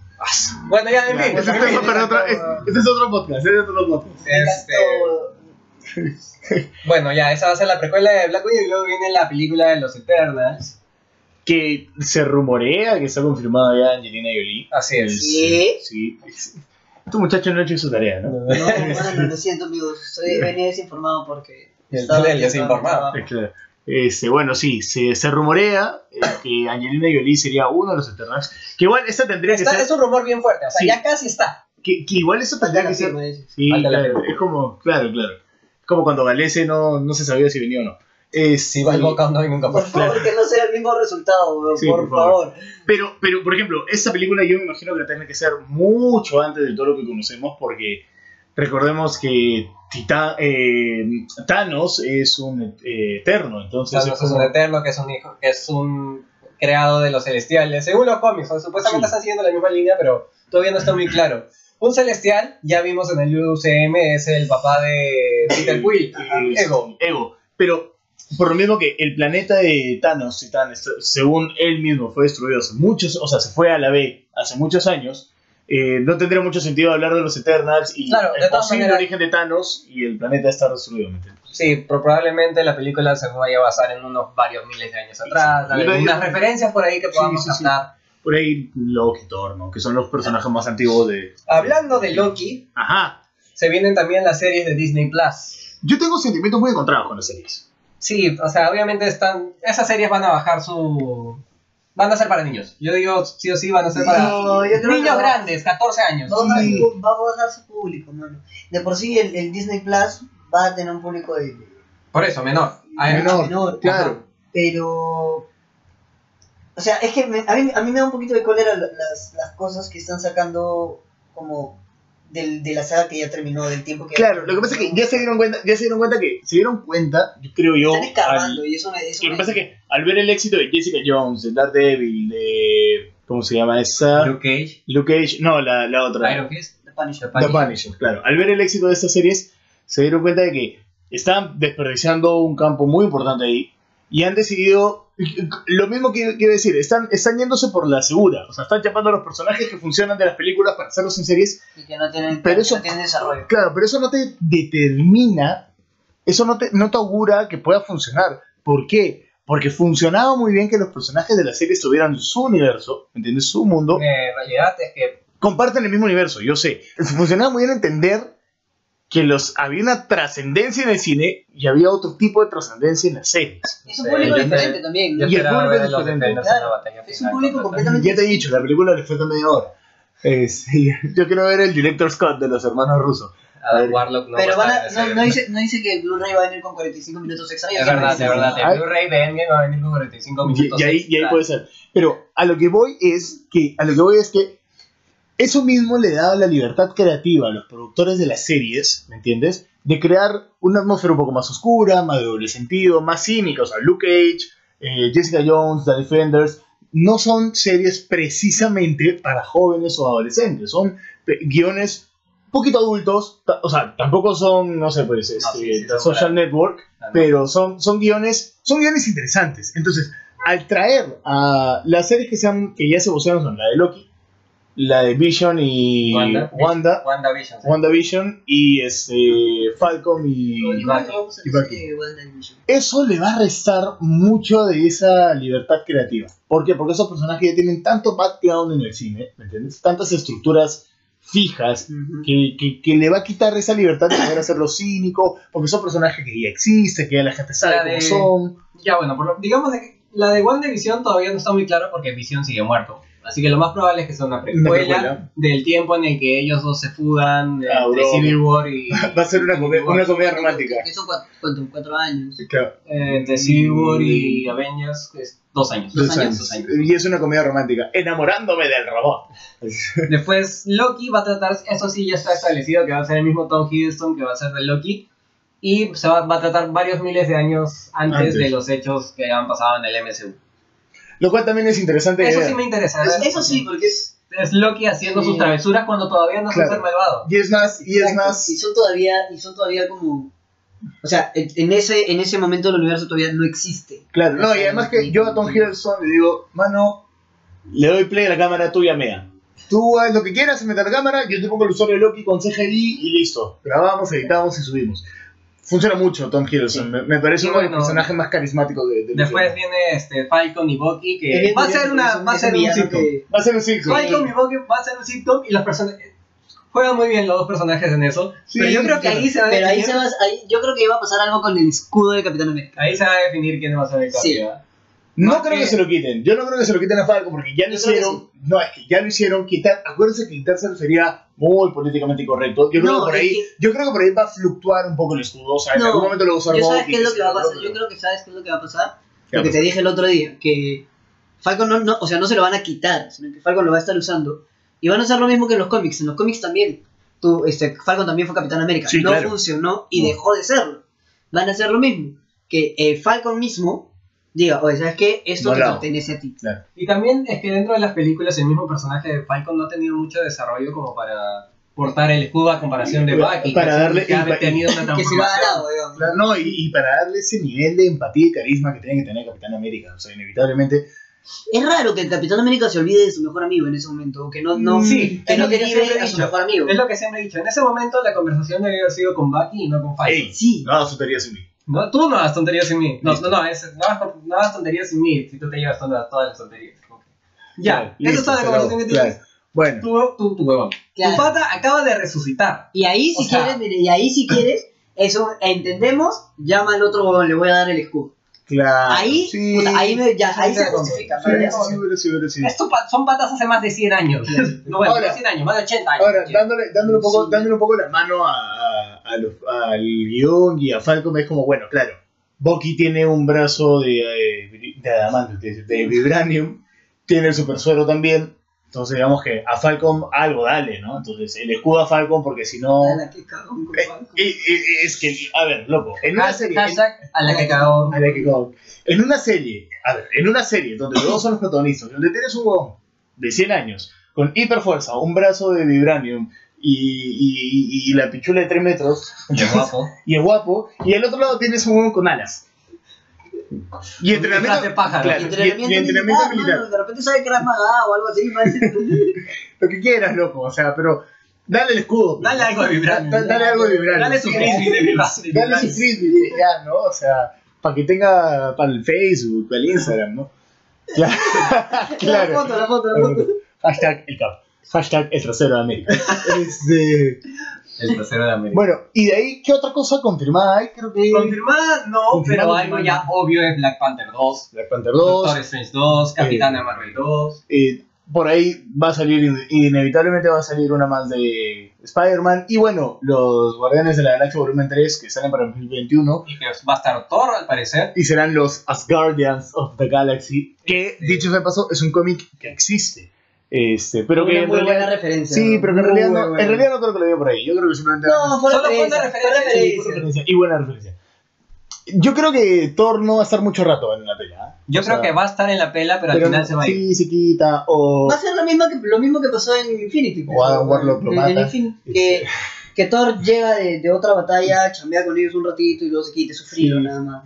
Speaker 1: Bueno, ya, en fin.
Speaker 2: Ah, Ese es tema para otro. es- Este es otro podcast. Este es otro podcast.
Speaker 3: Me
Speaker 1: Este, *laughs*
Speaker 3: encantó.
Speaker 1: bueno, ya, esa va a ser la precuela de Black Widow y luego viene la película de los Eternals.
Speaker 2: Que se rumorea que está confirmada ya Angelina Jolie.
Speaker 1: Así es.
Speaker 3: ¿Sí?
Speaker 2: Sí. Este muchacho no ha hecho su tarea, ¿no?
Speaker 3: No, mano, lo siento, amigos. Soy, venía desinformado porque.
Speaker 1: El
Speaker 3: estaba
Speaker 1: tele desinformado.
Speaker 3: haciendo-
Speaker 2: Claro. Este, bueno, sí, se, se rumorea eh, que Angelina Jolie sería uno de los Eternals. Que igual esa tendría que
Speaker 1: Está-
Speaker 2: ser.
Speaker 1: es un rumor bien fuerte, o sea,
Speaker 2: Sí.
Speaker 1: ya casi está.
Speaker 2: Que, que igual eso
Speaker 3: Falta
Speaker 2: tendría
Speaker 3: la
Speaker 2: que ser.
Speaker 3: firma, dice.
Speaker 2: Sí,
Speaker 1: Falta la
Speaker 2: claro. Es como, claro, claro. Es como cuando Galese no, no se sabía si venía o no. Este,
Speaker 1: Si va el boca o no, y nunca
Speaker 3: Por
Speaker 1: fue.
Speaker 3: favor, que no sea el mismo resultado, weón,
Speaker 2: Sí, por
Speaker 3: por,
Speaker 2: favor.
Speaker 3: favor.
Speaker 2: Pero, pero, por ejemplo, esta película yo me imagino que va a tener que ser mucho antes de todo lo que conocemos, porque recordemos que Tita- eh, Thanos es un eh, eterno, entonces
Speaker 1: Thanos
Speaker 2: es
Speaker 1: es
Speaker 2: como-
Speaker 1: un eterno, que es un hijo, que es un creado de los celestiales. Según los cómics, o sea, supuestamente
Speaker 2: Sí.
Speaker 1: están siguiendo la misma línea, pero todavía no está muy claro. Un celestial, ya vimos en el UCM, es el papá de Peter Quill,
Speaker 2: es-
Speaker 1: Eh, Ego.
Speaker 2: Ego. Pero por lo mismo que el planeta de Thanos, Titán, est- según él mismo, fue destruido hace muchos, o sea, se fue a la B hace muchos años. eh, no tendría mucho sentido hablar de los Eternals y
Speaker 1: Claro, de
Speaker 2: el
Speaker 1: todas
Speaker 2: posible
Speaker 1: maneras-
Speaker 2: origen de Thanos y el planeta está destruido. ¿me entiendes?
Speaker 1: Sí, pro- probablemente la película se vaya a basar en unos varios miles de años atrás,
Speaker 2: Sí, sí.
Speaker 1: algunas referencias por ahí que
Speaker 2: Sí,
Speaker 1: podamos
Speaker 2: sí, sí.
Speaker 1: captar.
Speaker 2: Por ahí Loki, Thor, ¿no? Que son los personajes más antiguos de...
Speaker 1: Hablando de Loki,
Speaker 2: Ajá.
Speaker 1: se vienen también las series de Disney Plus.
Speaker 2: Yo tengo sentimientos muy encontrados con las series.
Speaker 1: Sí, o sea, obviamente están. Esas series van a bajar su. Van a ser para niños. Yo digo, sí o sí, van a ser para.
Speaker 3: No, yo creo que
Speaker 1: niños
Speaker 3: no.
Speaker 1: grandes, 14 años.
Speaker 3: Va a, bajar
Speaker 2: Sí.
Speaker 3: su, va a bajar su público, mano. De por sí, el, el Disney Plus va a tener un público de.
Speaker 1: Por eso, menor. A ver,
Speaker 2: Menor.
Speaker 3: menor,
Speaker 2: claro.
Speaker 3: ajá. Pero. O sea, es que me- a, mí, a mí me da un poquito de cólera la- las, las cosas que están sacando como del, de la saga que ya terminó, del tiempo que
Speaker 2: Claro, lo que pasa es que ya se dieron cuenta, ya se dieron cuenta que, se dieron cuenta, yo creo yo,
Speaker 3: Están
Speaker 2: al-
Speaker 3: escarbando y eso me... Eso
Speaker 2: lo que
Speaker 3: me-
Speaker 2: pasa es que al ver el éxito de Jessica Jones, de Daredevil, de... ¿Cómo se llama esa? Luke,
Speaker 1: Luke Cage,
Speaker 2: Cage, no, la, la otra.
Speaker 1: Iron Fist,
Speaker 3: The Punisher.
Speaker 2: The Punisher, claro. Al ver el éxito de estas series, se dieron cuenta de que están desperdiciando un campo muy importante ahí y han decidido, lo mismo que quiero decir, están, están yéndose por la segura, o sea, están chapando a los personajes que funcionan de las películas para hacerlos en series
Speaker 3: Y que no tienen,
Speaker 2: Pero
Speaker 3: que
Speaker 2: eso-
Speaker 3: no tienen desarrollo.
Speaker 2: Claro, pero eso no te determina, eso no te, no te augura que pueda funcionar. ¿Por qué? Porque funcionaba muy bien que los personajes de la serie tuvieran su universo, ¿me ¿entiendes? Su mundo.
Speaker 1: que en realidad Eh, es que
Speaker 2: Comparten el mismo universo, yo sé. Funcionaba muy bien entender que los, había una trascendencia en el cine y había otro tipo de trascendencia en las series.
Speaker 3: Es un
Speaker 1: Sí,
Speaker 3: público
Speaker 1: yo
Speaker 3: diferente
Speaker 1: sé.
Speaker 3: también.
Speaker 1: yo
Speaker 3: ¿no?
Speaker 2: Y el
Speaker 1: esperaba
Speaker 2: público
Speaker 1: ver a
Speaker 2: es
Speaker 1: los
Speaker 2: diferente,
Speaker 1: Defenders en la
Speaker 3: claro.
Speaker 1: batalla
Speaker 3: Es un
Speaker 1: final
Speaker 3: público
Speaker 1: contra
Speaker 3: completamente-
Speaker 2: Ya te he dicho, la película le falta media hora. *laughs* Este, yo quiero ver el director Scott de los hermanos rusos.
Speaker 1: Thanos. A ver, Warlock no pues,
Speaker 3: pero
Speaker 1: va
Speaker 3: van
Speaker 1: a
Speaker 3: a,
Speaker 1: estar en
Speaker 3: no,
Speaker 1: esa
Speaker 3: no,
Speaker 1: serie.
Speaker 3: dice, no dice que el Blu-ray va a venir con 45 minutos extra. yo
Speaker 1: Es
Speaker 3: siempre
Speaker 1: verdad,
Speaker 3: dice
Speaker 1: es
Speaker 3: eso.
Speaker 1: verdad.
Speaker 2: Ah.
Speaker 1: El Blu-ray de Endgame va a venir con 45
Speaker 2: Y,
Speaker 1: minutos.
Speaker 2: y ahí, y ahí
Speaker 1: extra.
Speaker 2: puede ser. Pero a lo que voy es que a lo que voy es que eso mismo le da la libertad creativa a los productores de las series, ¿me entiendes? De crear una atmósfera un poco más oscura, más de doble sentido, más cínica. O sea, Luke Cage, eh, Jessica Jones, The Defenders, no son series precisamente para jóvenes o adolescentes. Son pe- guiones un poquito adultos. ta- O sea, tampoco son, no sé, pues, este,
Speaker 1: sí, sí,
Speaker 2: The
Speaker 1: son
Speaker 2: Social Network,
Speaker 1: Ah, no.
Speaker 2: pero son, son guiones son guiones interesantes entonces al traer a las series que se han- que ya se vocearon son la de Loki la de Vision y
Speaker 1: Wanda.
Speaker 2: Wanda
Speaker 1: WandaVision. sí.
Speaker 2: WandaVision y este Falcon y
Speaker 3: Igual me gusta
Speaker 2: Y
Speaker 3: la
Speaker 2: Bucky.
Speaker 3: serie de WandaVision.
Speaker 2: eso le va a restar mucho de esa libertad creativa ¿por qué? porque esos personajes ya tienen tanto background en el cine ¿me entiendes? tantas estructuras fijas
Speaker 3: Ujú.
Speaker 2: que, que- que le va a quitar esa libertad de poder hacerlo cínico porque son personajes que ya existen que ya la gente sabe
Speaker 1: La
Speaker 2: cómo
Speaker 1: de-
Speaker 2: son
Speaker 1: Ya bueno, por lo- digamos de que la de WandaVision todavía no está muy claro porque Vision sigue muerto. Así que lo más probable es que sea una precuela,
Speaker 2: precuela.
Speaker 1: del tiempo en el que ellos dos se fudan de
Speaker 2: Ah,
Speaker 1: entre
Speaker 2: bro.
Speaker 1: Civil War y...
Speaker 2: *laughs* Va a ser una comedia, una comedia romántica.
Speaker 3: Que son cuatro, cuánto, cuatro años.
Speaker 2: Claro,
Speaker 1: eh, entre Civil War
Speaker 2: Mm.
Speaker 1: y Avengers, que es dos años.
Speaker 3: Dos años,
Speaker 1: dos años.
Speaker 2: Y es una comedia romántica. Enamorándome del robot.
Speaker 1: Después Loki va a tratar, eso sí ya está establecido, que va a ser el mismo Tom Hiddleston que va a ser de Loki. Y se va, va a tratar varios miles de años antes,
Speaker 2: Antes.
Speaker 1: de los hechos que han pasado en el MCU.
Speaker 2: Lo cual también es interesante. de
Speaker 1: Eso
Speaker 2: ver.
Speaker 1: sí me interesa.
Speaker 3: Es-
Speaker 1: ¿verdad?
Speaker 3: Eso sí, porque es.
Speaker 1: Es Loki haciendo
Speaker 3: Sí.
Speaker 1: sus travesuras cuando todavía no es un
Speaker 2: Claro.
Speaker 1: ser malvado.
Speaker 2: Y es más, y es más.
Speaker 3: Y son todavía, y son todavía como. O sea, en en ese, en ese momento el universo todavía no existe.
Speaker 2: Claro, no, y además que yo a Tom Hiddleston le digo, mano, le doy play a la cámara tuya, mea. Tú haz lo que quieras, mete la cámara, yo te pongo el usuario de Loki con CGI y listo. Grabamos, editamos y subimos. Funciona mucho Tom Hiddleston.
Speaker 1: Sí.
Speaker 2: Me, me parece
Speaker 1: Y
Speaker 2: uno de los
Speaker 1: bueno,
Speaker 2: personajes más carismáticos de, de
Speaker 1: Después
Speaker 2: Marvel.
Speaker 1: viene este Falcon y Bucky,
Speaker 3: Es
Speaker 1: que
Speaker 3: bien
Speaker 1: va a
Speaker 3: curioso,
Speaker 1: ser una,
Speaker 3: es un-
Speaker 1: va a
Speaker 3: es
Speaker 1: ser
Speaker 3: un
Speaker 1: un
Speaker 3: villano
Speaker 1: sitcom.
Speaker 3: que-
Speaker 2: Va a ser un sitcom.
Speaker 1: Falcon y Bucky va a ser un sitcom y los personajes juegan muy bien los dos personajes en eso.
Speaker 2: Sí,
Speaker 1: pero yo creo que ahí se va a
Speaker 3: Pero ahí
Speaker 1: definir,
Speaker 3: se va, ahí, yo creo que iba a pasar algo con el escudo del Capitán América.
Speaker 1: ahí se va a definir quién va a ser el
Speaker 3: Sí.
Speaker 1: cambio. ¿eh?
Speaker 2: No
Speaker 1: Más
Speaker 2: creo que...
Speaker 1: que-
Speaker 2: se lo quiten. Yo no creo que se lo quiten a Falco porque ya lo
Speaker 3: Yo creo que
Speaker 2: hicieron. No, es que ya lo hicieron. Quitar, acuérdense que quitárselo sería muy políticamente incorrecto. Yo creo
Speaker 3: No,
Speaker 2: que por
Speaker 3: es
Speaker 2: ahí,
Speaker 3: que-
Speaker 2: yo creo que por ahí va a fluctuar un poco el escudo. O sea, en
Speaker 3: No,
Speaker 2: algún momento lo va a usar
Speaker 3: Yo sabes
Speaker 2: Bucky,
Speaker 3: qué es lo que va a
Speaker 2: sé
Speaker 3: pasar.
Speaker 2: yo,
Speaker 3: Yo creo que sabes qué es lo que va a pasar.
Speaker 2: ¿Qué
Speaker 3: Lo que
Speaker 2: va a
Speaker 3: te dije el otro día, que Falcon no, no- o sea, no se lo van a quitar, sino que Falcon lo va a estar usando. Y van a hacer lo mismo que en los cómics. En los cómics también. Tú, este, Falcon también fue Capitán América.
Speaker 2: Sí,
Speaker 3: no
Speaker 2: claro.
Speaker 3: funcionó y dejó de serlo. Van a hacer lo mismo. Que eh, Falcon mismo diga, oye, ¿sabes qué? Esto
Speaker 2: No
Speaker 3: te
Speaker 2: lo hago".
Speaker 3: pertenece a ti.
Speaker 1: Y también es que dentro de las películas el mismo personaje de Falcon no ha tenido mucho desarrollo como para portar el escudo a comparación de
Speaker 2: Para-
Speaker 1: Bucky.
Speaker 2: para
Speaker 1: que sí
Speaker 2: darle-
Speaker 1: que ha
Speaker 2: y pa-
Speaker 1: tenido una
Speaker 3: *laughs* Que se lo ha
Speaker 1: transformación.
Speaker 3: ganado, digamos.
Speaker 2: Claro, No, y, y para darle ese nivel de empatía y carisma que tiene que tener Capitán América. O sea, inevitablemente.
Speaker 3: Es raro que el Capitán América se olvide de su mejor amigo en ese momento, o que no, no,
Speaker 2: Sí,
Speaker 1: Mm,
Speaker 3: que
Speaker 1: es
Speaker 3: no
Speaker 1: lo que yo
Speaker 3: derive
Speaker 1: siempre he
Speaker 3: a su
Speaker 1: dicho.
Speaker 3: mejor amigo.
Speaker 1: Es lo que siempre he dicho. En ese momento la conversación debió haber sido con Bucky y no con Falcon.
Speaker 2: Ey,
Speaker 3: Sí.
Speaker 2: no hagas tonterías en mí.
Speaker 1: No, tú no hagas tonterías sin mí. No,
Speaker 2: Listo.
Speaker 1: no, no, es, no, hagas, no hagas tonterías sin mí si tú te llevas todas, todas las tonterías. Ok. Ya, esa
Speaker 2: listo,
Speaker 1: es toda la
Speaker 2: se acabó,
Speaker 1: conversación que tienes.
Speaker 2: claro. Bueno,
Speaker 1: Tú, tú, tu huevón.
Speaker 3: Claro.
Speaker 1: Tu pata acaba de resucitar.
Speaker 3: Y ahí si
Speaker 1: O sea-
Speaker 3: quieres, mire, y ahí si quieres, eso entendemos, llama al otro huevón, le voy a dar el escudo.
Speaker 2: claro.
Speaker 3: ahí,
Speaker 2: sí.
Speaker 3: puta, ahí me- ya, Ah, ahí se
Speaker 1: Sí,
Speaker 3: justifica.
Speaker 2: Sí,
Speaker 3: pero ya-
Speaker 2: sí, sí, sí, sí.
Speaker 1: Es tu pa- son patas hace más de 100 años. *laughs* No, bueno,
Speaker 2: Ahora-
Speaker 1: no 100 años, más de 80 años.
Speaker 2: Ahora, dándole, dándole, un poco,
Speaker 3: Sí.
Speaker 2: dándole un poco la mano a, a- a los- al guión y a Falcon, es como, bueno, claro, Bucky tiene un brazo de, eh, de adamante, de, de vibranium, tiene el super suero también. Entonces, digamos que a Falcon algo dale, ¿no? Entonces, el escudo a Falcon, porque si no.
Speaker 3: A la que cagón, con Falcon.
Speaker 2: Eh, Y- y- y- es que, a ver, loco, en una serie. en-
Speaker 1: Hashtag a la que cagó.
Speaker 2: a la que go. En una serie, a ver, en una serie donde los dos son los protagonistas, donde tienes un huevón de 100 años, con hiperfuerza, un brazo de vibranium y, y- y- y la pichula de 3 metros,
Speaker 1: Qué guapo.
Speaker 2: y es guapo, y al otro lado tienes un huevón con alas. Y entrenamiento,
Speaker 1: disfraz de pájaro.
Speaker 2: claro, y- y entrenamiento militar.
Speaker 3: mano, de repente sabe que era más ah, o algo así. *laughs* man.
Speaker 2: Lo que quieras, loco, o sea, pero dale el escudo. pues.
Speaker 1: Dale algo de vibrante.
Speaker 2: Da- dale algo de vibrante.
Speaker 1: Dale su frisbee de vibrante.
Speaker 2: Dale su frisbee, ya, ¿no? O sea, para que tenga para el Facebook, para el Instagram, ¿no? *laughs* Claro.
Speaker 3: La foto, la foto, la foto.
Speaker 2: Hashtag el cap. Hashtag el trasero de América. Este,
Speaker 1: El trasero de América.
Speaker 2: bueno, y de ahí, ¿qué otra cosa confirmada hay? Creo que.
Speaker 1: Confirmada, no,
Speaker 2: Confirmada,
Speaker 1: pero algo ya
Speaker 2: confirmada.
Speaker 1: obvio es Black Panther 2,
Speaker 2: Black Panther
Speaker 1: Doctor
Speaker 2: 2.
Speaker 1: Strange 2, Capitana Marvel 2.
Speaker 2: eh, por ahí va a salir, in- inevitablemente va a salir una más de Spider-Man. Y bueno, los Guardianes de la Galaxia Volumen 3 que salen para 2021.
Speaker 1: Y que va a estar Thor al parecer.
Speaker 2: Y serán los Asgardians of the Galaxy. Que,
Speaker 1: Sí.
Speaker 2: dicho sea de paso, es un cómic que existe. Este, pero que
Speaker 3: Una
Speaker 2: en
Speaker 3: muy buena
Speaker 2: realidad.
Speaker 3: referencia.
Speaker 2: Sí, pero que en
Speaker 3: Muy
Speaker 2: realidad, no,
Speaker 3: buena.
Speaker 2: en realidad no creo que lo veo por ahí. Yo creo que simplemente.
Speaker 3: No, fue
Speaker 1: Solo fue una
Speaker 3: referencia. Fue
Speaker 1: referencia.
Speaker 2: Sí, buena
Speaker 3: referencia.
Speaker 2: referencia, y buena referencia. Yo creo que Thor no va a estar mucho rato en la pelea.
Speaker 1: Yo creo que va a estar en la pela, pero, al final se va a ir.
Speaker 2: Sí, se quita. O.
Speaker 3: Va a ser lo mismo que, lo mismo que pasó en Infinity. pues.
Speaker 2: O Adam Warlock lo
Speaker 3: En-
Speaker 2: mata.
Speaker 3: en Infin- que, que Thor llega de, de otra batalla, chambea con ellos un ratito y luego se quita sufrido
Speaker 2: Sí.
Speaker 3: nada más.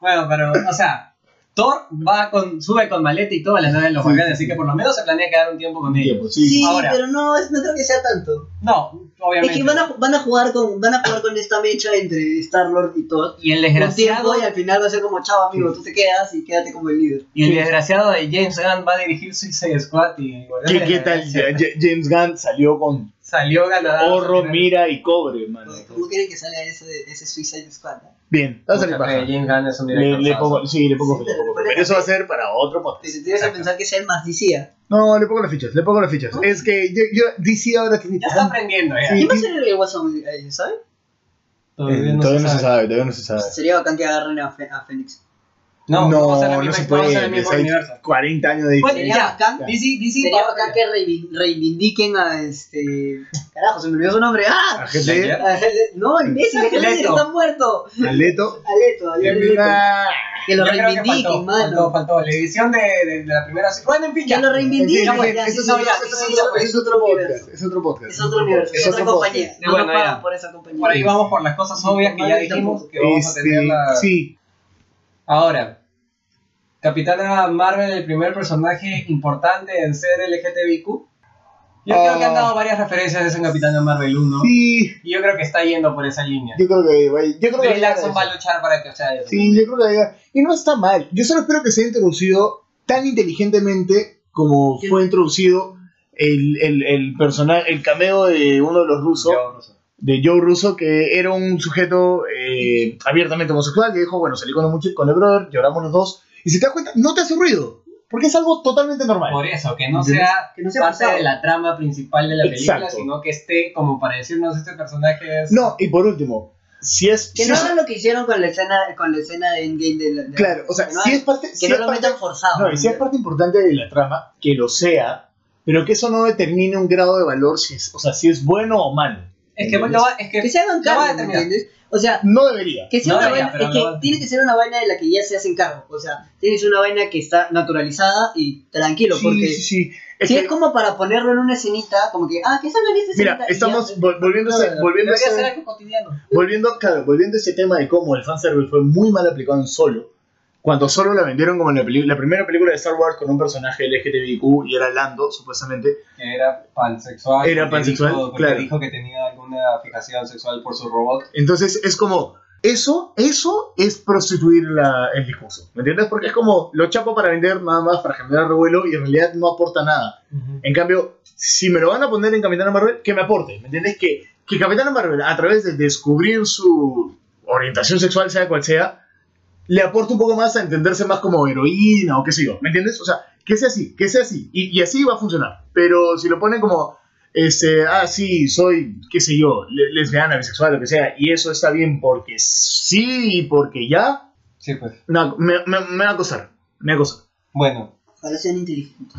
Speaker 1: Bueno, pero, o sea, Thor va con, sube con maleta y toda la nave de los
Speaker 2: Sí,
Speaker 1: guardianes,
Speaker 2: sí,
Speaker 1: así que
Speaker 2: sí.
Speaker 1: por lo menos se planea quedar un tiempo con ellos.
Speaker 2: Tiempo, sí. pues.
Speaker 3: Sí,
Speaker 1: Ahora.
Speaker 3: pero no, es- no creo que sea tanto.
Speaker 1: No, obviamente.
Speaker 3: Es que van a, van a jugar con van a jugar con esta mecha entre Star Lord y Thor.
Speaker 1: Y el
Speaker 3: Un
Speaker 1: desgraciado,
Speaker 3: tiempo y al final va a ser como chavo amigo, tú te quedas y quédate como el líder.
Speaker 1: y el desgraciado de James Gunn va a dirigir Suicide Squad y Guardianes
Speaker 2: ¿Qué,
Speaker 1: de
Speaker 2: qué
Speaker 1: la
Speaker 2: tal?
Speaker 1: Galaxia.
Speaker 2: Ya- Oh, ya- James Gunn salió con
Speaker 1: Salió ganador.
Speaker 2: horror, mira y cobre, mano.
Speaker 3: ¿Cómo quieren que salga ese, ese Suicide Squad? no?
Speaker 2: Bien, va a salir paja.
Speaker 1: James Gunn es un
Speaker 2: Le,
Speaker 1: director.
Speaker 2: le pongo, sí, le pongo,
Speaker 3: Sí,
Speaker 2: le pongo-
Speaker 3: pero-
Speaker 2: pero eso va a ser para otro podcast.
Speaker 3: Te tienes que pensar que sea el más ¿ah? decía.
Speaker 2: No, le pongo las fichas, le pongo las fichas. Es que yo, yo DC ahora tiene
Speaker 1: Ya está aprendiendo, ya.
Speaker 2: Sí.
Speaker 3: ¿Quién va a ser el Guasón? eh, ¿Sabes?
Speaker 2: Eh, Todavía no se sabe, todavía no se sabe.
Speaker 3: Sería bacán que agarren a, Fe- a Fénix.
Speaker 1: No, no, vamos a la
Speaker 2: no
Speaker 1: misma-
Speaker 2: se
Speaker 1: vamos a la
Speaker 2: puede.
Speaker 1: misma
Speaker 2: hay
Speaker 1: universo.
Speaker 2: 40 años de
Speaker 1: Bueno,
Speaker 3: Sería
Speaker 2: diferencia.
Speaker 1: ya.
Speaker 3: bacán,
Speaker 2: ya.
Speaker 1: DC, DC,
Speaker 3: sería
Speaker 1: va-
Speaker 3: bacán que reivi- reivindiquen a este. Carajo, se me olvidó su nombre.
Speaker 1: *laughs*
Speaker 3: ¡Ah!
Speaker 2: A gente,
Speaker 1: Ledger.
Speaker 3: A- No, imbécil,
Speaker 1: Aleto.
Speaker 3: que Ledger está muerto.
Speaker 2: Aleto.
Speaker 3: Aleto, Javier Aleto. Que lo
Speaker 1: Yo creo que faltó,
Speaker 3: reivindiquen,
Speaker 1: faltó,
Speaker 3: mano.
Speaker 1: faltó. La edición de, de- de la primera. se- Bueno, en fin, ya.
Speaker 3: Que lo reivindiquen.
Speaker 1: Ya, pues,
Speaker 3: ya,
Speaker 1: eso
Speaker 3: sí,
Speaker 1: no,
Speaker 3: sí,
Speaker 1: ya,
Speaker 3: sí,
Speaker 1: eso
Speaker 3: sí,
Speaker 1: no,
Speaker 3: sí,
Speaker 1: pues,
Speaker 2: Es otro podcast. Es otro podcast.
Speaker 3: Es otro universo, es otra
Speaker 2: otro
Speaker 3: compañía.
Speaker 2: podcast.
Speaker 3: No nos
Speaker 1: Bueno, ya.
Speaker 3: pagan por esa compañía.
Speaker 1: Por ahí vamos por las cosas obvias que ya dijimos que vamos a tener la...
Speaker 2: Este, Sí,
Speaker 1: Ahora, Capitana Marvel, el primer personaje importante en ser LGTBIQ. Yo creo que han
Speaker 3: Ah.
Speaker 1: dado varias referencias de eso en Capitana Marvel 1.
Speaker 2: sí.
Speaker 1: Y yo creo que está yendo por esa línea.
Speaker 2: Yo creo que. güey, Yo creo que.
Speaker 1: Brie
Speaker 2: va a llegar
Speaker 1: Larson
Speaker 2: a
Speaker 1: va
Speaker 2: eso.
Speaker 1: a luchar para que sea eso.
Speaker 2: Sí, yo creo que. va a llegar. Y no está mal. Yo solo espero que sea introducido tan inteligentemente como
Speaker 3: ¿Quién?
Speaker 2: fue introducido el, el, el personaje, el cameo de uno de los rusos.
Speaker 1: Yo, no sé.
Speaker 2: de Joe Russo, que era un sujeto eh, abiertamente homosexual, que dijo, bueno, salí con, el much- con el brother, lloramos los dos, y si te das cuenta, no te hace ruido, porque es algo totalmente normal.
Speaker 1: Por eso, que no sea,
Speaker 3: Que no sea
Speaker 1: parte
Speaker 3: forzado.
Speaker 1: de la trama principal de la película,
Speaker 2: Exacto.
Speaker 1: sino que esté como para decirnos este personaje es...
Speaker 2: No, y por último, si es...
Speaker 3: Que
Speaker 2: si
Speaker 3: no
Speaker 2: es-
Speaker 3: hagan lo que hicieron con la escena, con la escena de Endgame de la. de-
Speaker 2: claro, o sea,
Speaker 3: que no,
Speaker 2: si es parte...
Speaker 3: que
Speaker 2: si
Speaker 3: no
Speaker 2: es
Speaker 3: lo
Speaker 2: parte-
Speaker 3: metan forzado.
Speaker 2: no, y si es parte importante de la trama, que lo sea, pero que eso no determine un grado de valor, si es, o sea, si es bueno o malo.
Speaker 1: Es que, bueno, va- es que,
Speaker 3: que se hagan
Speaker 1: lo va a
Speaker 3: cargo, ¿me
Speaker 1: determinar.
Speaker 3: entiendes? O sea,
Speaker 2: No debería.
Speaker 3: Que sea
Speaker 1: No
Speaker 3: una
Speaker 1: debería,
Speaker 3: vaina,
Speaker 1: pero
Speaker 3: es que
Speaker 1: no va.
Speaker 3: tiene que ser una vaina de la que ya se hacen cargo. O sea, tiene que ser una vaina que está naturalizada y tranquilo.
Speaker 2: Sí,
Speaker 3: porque
Speaker 2: sí, sí. Es
Speaker 3: si
Speaker 2: que-
Speaker 3: es como para ponerlo en una escenita, como que, ah, que salga en esta escenita.
Speaker 2: mira,
Speaker 3: y
Speaker 2: estamos
Speaker 3: ya.
Speaker 2: vol- volviéndose,
Speaker 3: No, no,
Speaker 2: volviéndose-
Speaker 1: debería ser algo cotidiano.
Speaker 2: Volviendo, claro, volviendo a este tema de cómo el fanservice fue muy mal aplicado en Solo, cuando Solo la vendieron como la, peli- la primera película de Star Wars con un personaje LGTBIQ y era Lando, supuestamente.
Speaker 1: Que era pansexual.
Speaker 2: Era
Speaker 1: porque
Speaker 2: pansexual,
Speaker 1: dijo- porque
Speaker 2: claro.
Speaker 1: dijo que tenía alguna fijación sexual por su robot.
Speaker 2: Entonces es como, eso, eso es prostituir la- el discurso, ¿me entiendes? Porque es como, lo chapo para vender nada más, para generar revuelo y en realidad no aporta nada. En cambio, si me lo van a poner en Capitana Marvel, que me aporte, ¿me entiendes? Que, que Capitana Marvel, a través de descubrir su orientación sexual, sea cual sea, le aporta un poco más a entenderse más como heroína o qué sé yo, ¿me entiendes? O sea, que sea así, que sea así, y, y así va a funcionar. Pero si lo ponen como, este, ah, sí, soy, qué sé yo, le- lesbiana, bisexual, lo que sea, y eso está bien porque sí y porque ya,
Speaker 1: Sí, pues.
Speaker 2: no, me, me, me va a acosar, me va a acosar.
Speaker 1: Bueno,
Speaker 3: Ojalá sean inteligentes.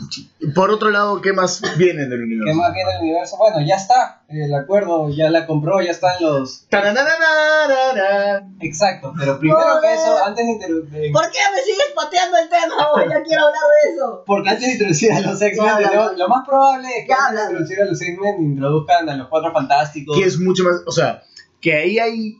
Speaker 2: Por otro lado, ¿qué más viene del universo?
Speaker 1: ¿qué más viene del universo? Bueno, ya está. El acuerdo ya la compró, ya están los.
Speaker 2: Taranananarara.
Speaker 1: Exacto, pero primero que eso, antes de, introdu- de-
Speaker 3: ¿Por qué me sigues pateando el tema, güey? Ya quiero hablar de eso.
Speaker 1: Porque antes de introducir a los
Speaker 3: Ya
Speaker 1: X-Men,
Speaker 3: hablan.
Speaker 1: tenemos- lo más probable es que
Speaker 3: Ya
Speaker 1: antes de
Speaker 3: hablan.
Speaker 1: introducir a los X-Men introduzcan a los Cuatro Fantásticos.
Speaker 2: Que es mucho más. O sea, que ahí hay.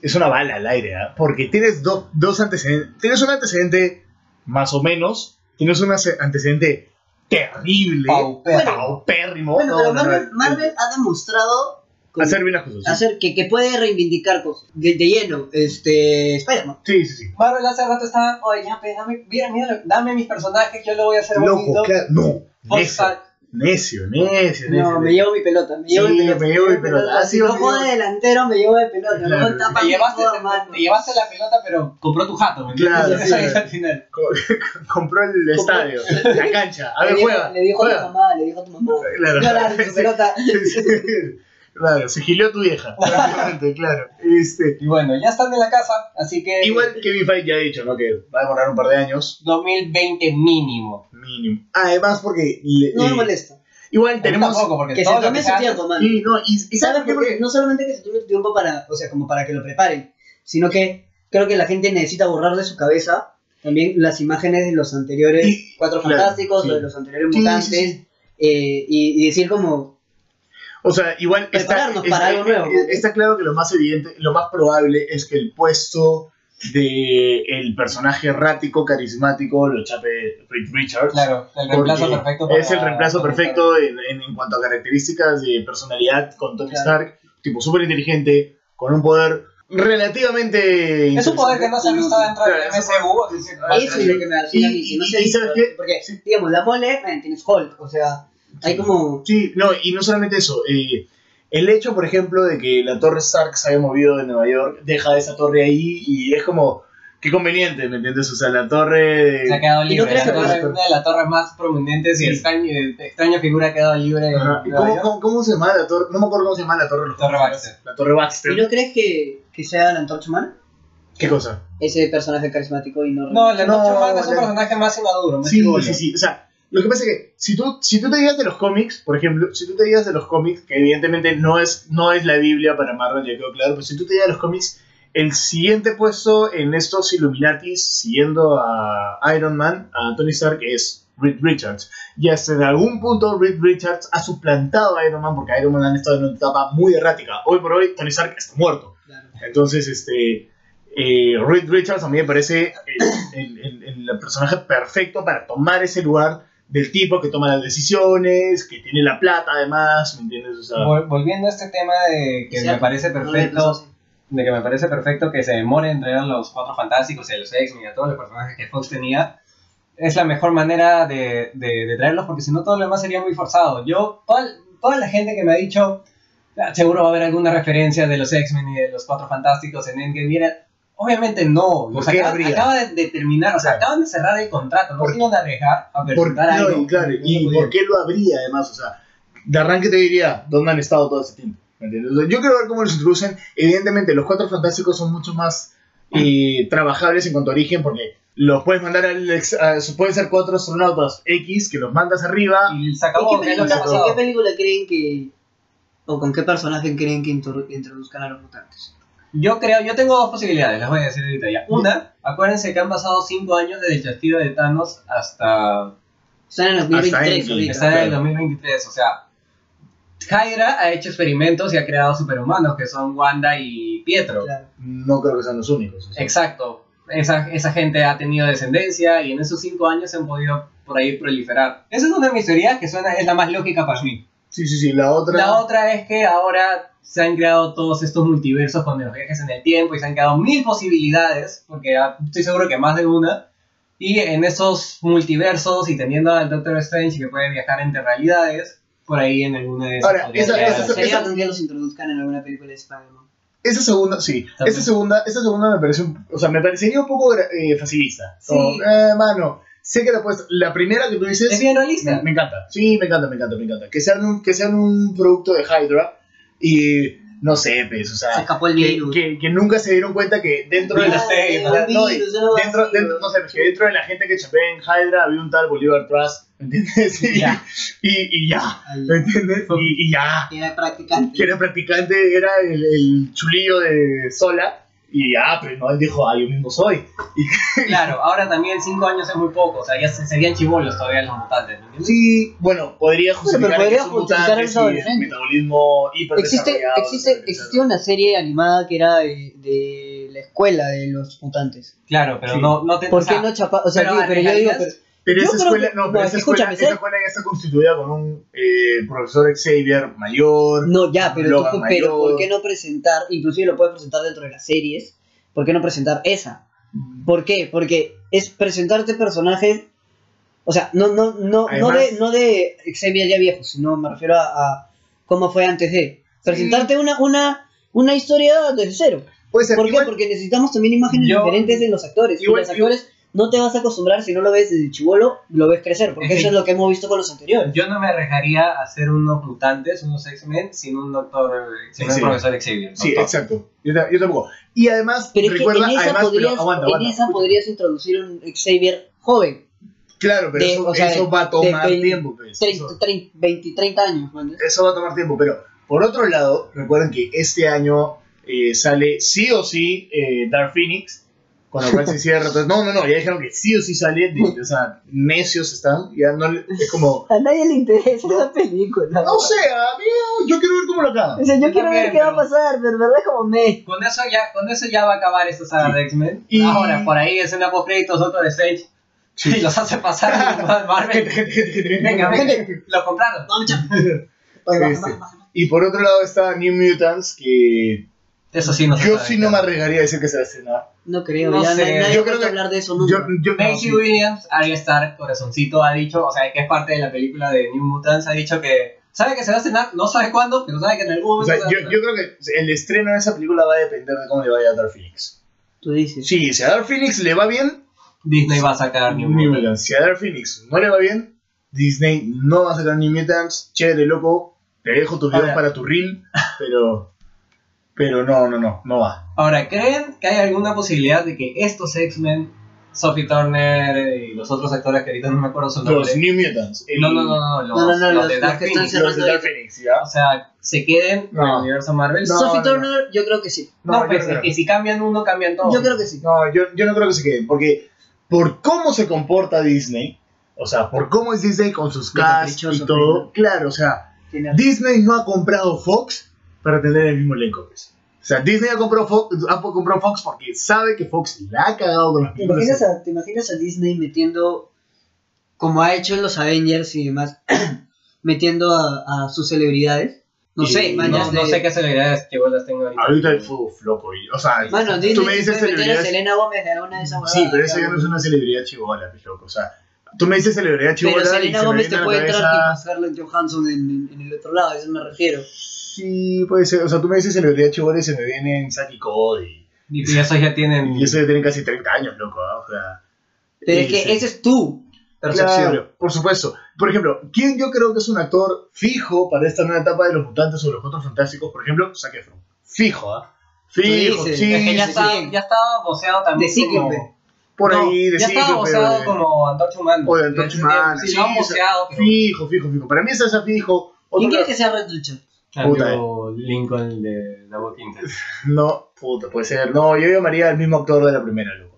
Speaker 2: Es una bala al aire, ¿ah? Porque tienes do- dos antecedentes. Tienes un antecedente más o menos. Tienes un ace- antecedente terrible.
Speaker 1: Paupérrimo.
Speaker 2: paupérrimo.
Speaker 3: Bueno,
Speaker 2: No,
Speaker 3: pero
Speaker 2: no, no,
Speaker 3: Marvel,
Speaker 2: el-
Speaker 3: Marvel ha demostrado con-
Speaker 2: Hacer bien las cosas. sí.
Speaker 3: hacer que, que puede reivindicar cosas de, de lleno. Este, Spider-Man.
Speaker 2: Sí, sí, sí.
Speaker 1: Marvel hace rato estaba, oye, ya, pues, dame, mira, mira, dame mis personajes, yo lo voy a hacer bonito.
Speaker 2: Loco, claro. No. Necio,
Speaker 1: Fox-
Speaker 2: necio, necio. necio.
Speaker 3: No, me llevo mi pelota, me
Speaker 2: Sí,
Speaker 3: llevo mi pelota.
Speaker 2: me llevo mi pelota. Ah,
Speaker 3: Si
Speaker 2: sí,
Speaker 3: no
Speaker 2: me llevo-
Speaker 3: juego de delantero, me llevo de pelota.
Speaker 2: Claro.
Speaker 3: Luego tapa
Speaker 1: Te llevaste,
Speaker 3: todo,
Speaker 1: te-
Speaker 3: hermano.
Speaker 1: te llevaste la pelota, pero compró tu jato, ¿me entiendes? *laughs*
Speaker 2: Claro,
Speaker 1: Eso
Speaker 2: sí.
Speaker 1: es al final.
Speaker 2: Co- *laughs* compró el estadio, la cancha. A
Speaker 3: Le
Speaker 2: ver,
Speaker 3: dijo-
Speaker 2: juega.
Speaker 3: Le dijo a tu
Speaker 2: juega.
Speaker 3: mamá, le dijo a
Speaker 2: *laughs*
Speaker 3: tu mamá.
Speaker 2: Claro.
Speaker 3: No, la tu pelota.
Speaker 2: Sí, sí. *laughs* Claro, se gilió a tu vieja. prácticamente, claro. Este,
Speaker 1: Y bueno, ya están en la casa, así que
Speaker 2: igual Kevin Feige ya ha dicho, ¿no? Que va a demorar un par de años.
Speaker 1: 2020 mínimo.
Speaker 2: Mínimo. Además, porque. le-
Speaker 3: No me
Speaker 2: eh,
Speaker 3: molesta.
Speaker 2: Igual
Speaker 1: Tenemos
Speaker 2: tenemos.
Speaker 1: tampoco, porque
Speaker 3: Que se
Speaker 1: todo lo
Speaker 3: tome
Speaker 1: que
Speaker 3: su
Speaker 1: hace-
Speaker 3: tiempo, man.
Speaker 2: Sí, no, y, y
Speaker 3: ¿Y sabes
Speaker 2: ¿sabes
Speaker 3: por qué? No solamente que se tome su tiempo para, o sea, como para que lo preparen, sino que creo que la gente necesita borrar de su cabeza también las imágenes de los anteriores
Speaker 2: Sí,
Speaker 3: Cuatro
Speaker 2: claro,
Speaker 3: Fantásticos,
Speaker 2: sí.
Speaker 3: lo de los anteriores
Speaker 2: Sí, sí,
Speaker 3: Mutantes,
Speaker 2: sí.
Speaker 3: eh, y, y decir como,
Speaker 2: O sea, igual está,
Speaker 3: Prepararnos para algo nuevo.
Speaker 2: eh, está claro que lo más evidente, lo más probable es que el puesto de el personaje errático, carismático, lo chape Reed Richards.
Speaker 1: Claro, el
Speaker 2: porque
Speaker 1: reemplazo perfecto. para-
Speaker 2: es el reemplazo perfecto en, en- en cuanto a características de personalidad con Tony
Speaker 1: Claro.
Speaker 2: Stark, tipo súper inteligente, con un poder relativamente...
Speaker 1: Es un poder que no se ha visto dentro del
Speaker 2: Claro, es
Speaker 1: MCU. así que-
Speaker 2: Ah,
Speaker 3: eso es lo que me
Speaker 2: Y-
Speaker 3: da a mí, que no
Speaker 2: y-
Speaker 3: sé,
Speaker 2: y ¿sabes qué?
Speaker 3: porque,
Speaker 2: Sí.
Speaker 3: digamos, la mole, man, tienes Hulk, o sea, hay como,
Speaker 2: Sí, no, y no solamente eso. eh, el hecho, por ejemplo, de que la torre Stark se haya movido de Nueva York, deja esa torre ahí y es como, qué conveniente, ¿me entiendes? O sea, la torre...
Speaker 1: Se ha quedado libre.
Speaker 3: ¿Y no crees
Speaker 1: la
Speaker 3: que
Speaker 1: torre-
Speaker 2: puede ser?
Speaker 1: una de las torres más prominentes y
Speaker 2: Sí.
Speaker 1: extraña, eh, extraña figura ha quedado libre. en
Speaker 2: Ajá, ¿y
Speaker 1: Nueva
Speaker 2: cómo,
Speaker 1: York.
Speaker 2: cómo- cómo se llama la torre? No me acuerdo cómo se llama la torre. de los
Speaker 1: Torre Baxter.
Speaker 2: La torre Baxter.
Speaker 3: ¿y no crees que, que sea la Antorcha Humana?
Speaker 2: ¿Qué cosa?
Speaker 3: Ese personaje carismático y no...
Speaker 1: No, la
Speaker 2: No,
Speaker 1: Noche Humana es un
Speaker 2: la-
Speaker 1: personaje más inmaduro. más
Speaker 2: Sí,
Speaker 1: chibolo.
Speaker 2: sí, sí. O sea, lo que pasa es que si tú, si tú te guías de los cómics, por ejemplo, si tú te guías de los cómics, que evidentemente no es, no es la Biblia para Marvel, ya quedó claro, pero si tú te guías de los cómics, el siguiente puesto en estos Illuminatis, siguiendo a Iron Man, a Tony Stark, es Reed Richards. Y hasta en algún punto Reed Richards ha suplantado a Iron Man, porque Iron Man ha estado en una etapa muy errática. Hoy por hoy, Tony Stark está muerto.
Speaker 3: Claro.
Speaker 2: Entonces, este. eh, Reed Richards a mí me parece eh, el, el- el- el personaje perfecto para tomar ese lugar del tipo que toma las decisiones, que tiene la plata además, ¿me entiendes? O sea,
Speaker 1: Vol- Volviendo a este tema de que
Speaker 3: Sí,
Speaker 1: me parece
Speaker 3: no lo
Speaker 1: perfecto,
Speaker 3: reemplazo.
Speaker 1: de que me parece perfecto que se demore en traer a los cuatro fantásticos y a los X-Men y a todos los personajes que Fox tenía, es la mejor manera de, de- de traerlos porque si no todo lo demás sería muy forzado. Yo, toda, toda la gente que me ha dicho, "Ah, seguro va a haber alguna referencia de los X-Men y de los cuatro fantásticos en Endgame, mira, obviamente no.
Speaker 2: ¿Por
Speaker 1: Los
Speaker 2: qué
Speaker 1: acaban,
Speaker 2: habría?
Speaker 1: acaba de, de terminar, o sea,
Speaker 2: Claro.
Speaker 1: acaban de cerrar el contrato, no
Speaker 2: ¿Por
Speaker 1: se iban a arriesgar a
Speaker 2: ¿por,
Speaker 1: presentar
Speaker 2: no,
Speaker 1: algo.
Speaker 2: y claro,
Speaker 1: No
Speaker 2: ¿y
Speaker 1: pudieron.
Speaker 2: por qué lo habría además? O sea, de arranque te diría, ¿dónde han estado todo ese tiempo? ¿Me entiendes? O sea, yo quiero ver cómo los introducen. Evidentemente, los cuatro fantásticos son mucho más eh, trabajables en cuanto a origen porque los puedes mandar al... ex- a- pueden ser cuatro astronautas X que los mandas arriba.
Speaker 1: Y se
Speaker 3: ¿En qué,
Speaker 1: acabó, ya lo que
Speaker 3: película,
Speaker 1: ha
Speaker 3: en
Speaker 1: pasado.
Speaker 3: qué película creen que.? ¿O con qué personaje creen que introdu- introduzcan a los mutantes?
Speaker 1: Yo creo, yo tengo dos posibilidades, las voy a decir ahorita ya. Una, acuérdense que han pasado 5 años desde el chasquido de Thanos hasta
Speaker 3: Están en el 2023
Speaker 2: Endgame,
Speaker 1: que
Speaker 3: ahorita.
Speaker 1: está en el 2023, o sea, Hydra ha hecho experimentos y ha creado superhumanos que son Wanda y Pietro.
Speaker 3: Claro.
Speaker 2: No creo que sean los únicos. o sea.
Speaker 1: Exacto, esa, esa gente ha tenido descendencia y en esos 5 años se han podido por ahí proliferar. Esa es una de mis teorías que suena, es la más lógica para mí.
Speaker 2: Sí, sí, sí. La otra.
Speaker 1: La otra es que ahora se han creado todos estos multiversos con los viajes en el tiempo y se han creado mil posibilidades, porque ah, estoy seguro que más de una. Y en esos multiversos y teniendo al Doctor Strange que puede viajar entre realidades, por ahí en alguna de esas.
Speaker 2: Ahora,
Speaker 1: podría
Speaker 2: esa-
Speaker 1: llegar
Speaker 2: esa-
Speaker 1: a-
Speaker 2: esa-
Speaker 3: Sería algún día los introduzcan en alguna película de Spider-Man.
Speaker 2: Esa segunda, sí.
Speaker 1: También.
Speaker 2: Esa segunda, esa segunda me parece. un- O sea, me parecería un poco gra- eh, facilista.
Speaker 1: Sí.
Speaker 2: Como, eh, mano, sé que la puedes. La primera que tú dices.
Speaker 1: Es bien realista.
Speaker 2: *laughs* Me, me encanta. Sí, me encanta, me encanta, me encanta. Que sean un, que sean un producto de Hydra. Y no sé, pues, o sea,
Speaker 3: Se escapó el
Speaker 2: que,
Speaker 3: virus.
Speaker 2: que- que nunca se dieron cuenta que dentro de
Speaker 1: Virus
Speaker 2: la
Speaker 1: T,
Speaker 2: o
Speaker 1: ¿no?
Speaker 2: sea, no, y
Speaker 3: Virus, algo
Speaker 2: dentro,
Speaker 3: así,
Speaker 2: dentro-
Speaker 3: ¿no?
Speaker 2: no sé, pues, que dentro de la gente que chapé en Hydra había un tal Bolívar Trust, ¿me entiendes? *laughs* Y
Speaker 1: Ya.
Speaker 2: y, y ya,
Speaker 3: Ahí.
Speaker 2: ¿me entiendes? Y, y ya,
Speaker 3: Era practicante.
Speaker 2: que era practicante, era el, el chulillo de Sola, y ya, pero no, él dijo, ah, yo mismo soy.
Speaker 1: Claro, ahora también 5 años es muy poco, o sea, ya se- serían chibolos todavía los mutantes, ¿me entiendes?
Speaker 2: Sí, bueno, podría justificar
Speaker 3: podría
Speaker 2: que son
Speaker 3: justificar
Speaker 2: mutantes
Speaker 3: eso
Speaker 2: y
Speaker 3: de
Speaker 2: el
Speaker 3: gente.
Speaker 2: metabolismo hiper
Speaker 3: Existe, existe, existió una serie animada que era de, de la escuela de los mutantes.
Speaker 1: Claro, pero
Speaker 2: Sí.
Speaker 1: no, no te
Speaker 3: ¿Por
Speaker 1: o sea,
Speaker 3: qué no chapa? O sea,
Speaker 1: pero
Speaker 3: sí,
Speaker 1: a
Speaker 3: pero yo digo, pero,
Speaker 1: regalías-
Speaker 2: Pero
Speaker 3: Yo
Speaker 2: esa
Speaker 3: creo
Speaker 2: escuela,
Speaker 3: que-
Speaker 2: no, pero
Speaker 3: no,
Speaker 2: esa escuela,
Speaker 3: escúchame,
Speaker 2: esa
Speaker 3: ¿sabes?
Speaker 2: escuela ya está constituida con un eh, profesor Xavier mayor.
Speaker 3: No, ya, pero,
Speaker 2: Logan
Speaker 3: tú- pero
Speaker 2: Mayor.
Speaker 3: ¿por qué no presentar? Inclusive lo puedes presentar dentro de las series. ¿Por qué no presentar esa? ¿Por qué? Porque es presentarte personajes. O sea, no, no, no, no
Speaker 2: Además-
Speaker 3: de, no de Xavier ya viejo, sino me refiero a, a cómo fue antes de. Presentarte una, una, una historia desde cero.
Speaker 2: Puede ser
Speaker 3: ¿Por
Speaker 2: igual-
Speaker 3: qué? Porque necesitamos también imágenes
Speaker 1: Yo-
Speaker 3: diferentes de los actores. Y
Speaker 2: igual-
Speaker 3: los actores no te vas a acostumbrar si no lo ves desde chivolo, lo ves
Speaker 2: *laughs*
Speaker 3: crecer, porque
Speaker 1: Es que-
Speaker 3: eso es lo que hemos visto con los anteriores.
Speaker 1: Yo no me arriesgaría a hacer unos mutantes, unos X-Men, sin un doctor, eh, sin un
Speaker 2: Xavier.
Speaker 1: profesor Xavier.
Speaker 2: Sí,
Speaker 1: doctor.
Speaker 2: exacto. Yo, ta- yo tampoco. Y además,
Speaker 3: Pero es
Speaker 2: recuerda,
Speaker 3: que en esa,
Speaker 2: además, pero
Speaker 3: podrías,
Speaker 2: aguanta, aguanta.
Speaker 3: en esa podrías introducir un Xavier joven,
Speaker 2: Claro, pero
Speaker 3: de-
Speaker 2: eso,
Speaker 3: o sea,
Speaker 2: eso
Speaker 3: de-
Speaker 2: va a tomar
Speaker 3: de vein-
Speaker 2: tiempo. pues.
Speaker 3: 30,
Speaker 2: Eso,
Speaker 3: 30, 20, 30 años, ¿no?
Speaker 2: eso va a tomar tiempo. Pero, por otro lado, recuerden que este año eh, sale sí o sí eh, Dark Phoenix. Con lo cual se cierra. Entonces, no, no, no, ya dijeron que sí o sí sale. de- o sea, necios están. Ya no, le- es como.
Speaker 3: A nadie le interesa esa película.
Speaker 2: No sé, a mí, yo quiero ver cómo lo acaban.
Speaker 3: sea,
Speaker 1: yo Yo quiero ver también, qué va a pero-
Speaker 3: pasar, pero verdad es como me.
Speaker 1: Con eso ya, con eso ya va a acabar esta saga de X-Men.
Speaker 2: Y-
Speaker 1: Ahora, por ahí es una post créditos Doctor Strange.
Speaker 2: *laughs*
Speaker 1: Y *laughs* los hace pasar a Marvel. Venga, venga, lo compraron.
Speaker 2: *laughs* Este, Y por otro lado está New Mutants, que
Speaker 1: Eso sí, no se
Speaker 2: yo
Speaker 1: sabe,
Speaker 2: sí no me
Speaker 1: claro.
Speaker 2: arriesgaría a decir que se va a estrenar.
Speaker 3: No creo,
Speaker 1: No
Speaker 3: ya
Speaker 1: sé,
Speaker 3: nadie
Speaker 2: yo
Speaker 3: puede
Speaker 2: creo que-
Speaker 3: hablar de eso
Speaker 2: Yo,
Speaker 3: nunca.
Speaker 2: yo, no,
Speaker 1: Maisie
Speaker 2: sí.
Speaker 1: Williams, Arya Stark, corazoncito, ha dicho, o sea, que es parte de la película de New Mutants, ha dicho que sabe que se va a cenar, no sabe cuándo, pero sabe que en algún
Speaker 2: O
Speaker 1: momento.
Speaker 2: sea,
Speaker 1: se va a
Speaker 2: yo,
Speaker 1: estrenar.
Speaker 2: yo creo que el estreno de esa película va a depender de cómo le vaya a Dark Phoenix.
Speaker 3: Tú dices.
Speaker 2: Sí, si a Dark Phoenix le va bien,
Speaker 1: Disney va a sacar New
Speaker 2: New
Speaker 1: Mutants.
Speaker 2: Mutants. Si a Dark Phoenix no le va bien, Disney no va a sacar New Mutants. Chévere, loco, te dejo tus videos
Speaker 1: Ahora-
Speaker 2: para tu reel, pero, pero no, no, no, no va.
Speaker 1: Ahora, ¿creen que hay alguna posibilidad de que estos X-Men, Sophie Turner y los otros actores que ahorita no me acuerdo su
Speaker 2: Los
Speaker 1: nombre?
Speaker 2: New Mutants. el-
Speaker 1: No, no, no, no, los,
Speaker 3: No, no, no,
Speaker 1: los de
Speaker 3: los-
Speaker 1: Dark
Speaker 3: los que están
Speaker 1: Phoenix.
Speaker 2: Los de Dark Phoenix, ¿ya?
Speaker 1: O sea, se queden en el
Speaker 2: No.
Speaker 1: universo Marvel.
Speaker 2: No,
Speaker 3: Sophie
Speaker 2: no,
Speaker 3: Turner, yo creo que sí.
Speaker 1: No,
Speaker 2: yo
Speaker 1: pues
Speaker 2: creo.
Speaker 1: es que si cambian uno, cambian todos.
Speaker 3: Yo creo que sí.
Speaker 2: No, yo, yo no creo que se queden, porque por cómo se comporta Disney, o sea, por cómo es Disney con sus
Speaker 3: Lo
Speaker 2: casts y
Speaker 3: caprichoso,
Speaker 2: todo, claro, o sea,
Speaker 3: Tiene-
Speaker 2: Disney no ha comprado Fox para tener el mismo elenco. pues. O sea, Disney ha comprado, Fox, ha comprado Fox porque sabe que Fox la ha cagado con las
Speaker 3: ¿Te
Speaker 2: películas.
Speaker 3: imaginas, a, te imaginas a Disney metiendo, como ha hecho en los Avengers y demás, *clears throat* metiendo a, a sus celebridades? No
Speaker 2: Y-
Speaker 3: sé,
Speaker 1: No,
Speaker 3: man, ya
Speaker 1: no,
Speaker 2: Mañas
Speaker 3: sé.
Speaker 1: sé qué celebridades que vos las tengo ahorita.
Speaker 2: Ahorita el fútbol floco, y- o sea,
Speaker 3: Mano, Disney
Speaker 2: tú me dices
Speaker 3: puede meter a
Speaker 2: celebridades.
Speaker 3: Selena Gómez de alguna de esas
Speaker 2: Sí, pero
Speaker 3: huevadas,
Speaker 2: eso ya no es
Speaker 3: cabrón.
Speaker 2: una celebridad chivola, pues, loco, o sea, tú me dices celebridad chivola.
Speaker 3: Pero
Speaker 2: y
Speaker 3: Selena
Speaker 2: se me
Speaker 3: Gómez te
Speaker 2: viene a la
Speaker 3: puede entrar
Speaker 2: cabeza-
Speaker 3: y Scarlett Johansson en, en el otro lado, a eso me refiero.
Speaker 2: Sí, puede ser. O sea, tú me dices celebridad chivola y se me vienen Zack y Cody.
Speaker 1: Y esos ya tienen.
Speaker 2: Y eso ya tienen casi 30 años, loco. ¿ah? O sea,
Speaker 3: Pero es
Speaker 2: Sí,
Speaker 3: que
Speaker 2: sí.
Speaker 3: ese es tú.
Speaker 2: percepción. por supuesto. Por ejemplo, ¿quién yo creo que es un actor fijo para esta nueva etapa de los mutantes o los cuatro fantásticos? Por ejemplo, Zac Efron. Fijo, ¿ah? Fijo,
Speaker 3: dices,
Speaker 2: sí.
Speaker 1: Es que ya,
Speaker 2: sí,
Speaker 1: estaba,
Speaker 2: sí.
Speaker 1: ya estaba boceado también.
Speaker 3: De ciclo,
Speaker 1: como-
Speaker 3: pe.
Speaker 2: Por
Speaker 1: No,
Speaker 2: ahí, de
Speaker 1: Ya estaba
Speaker 2: ciclo, pero
Speaker 1: boceado
Speaker 2: de-
Speaker 1: como Antorcha Humana.
Speaker 2: O de Antorcha Humana,
Speaker 1: Sí,
Speaker 2: sí,
Speaker 1: lo han
Speaker 2: o sea,
Speaker 1: boceado. pero-
Speaker 2: Fijo, fijo, fijo. Para mí esa es fijo. Otro-
Speaker 3: ¿Quién quiere que sea Red Richard?
Speaker 1: Cambio Lincoln de The Walking Dead.
Speaker 2: No, puta, puede ser. No, yo llamaría al mismo actor de la primera, loco.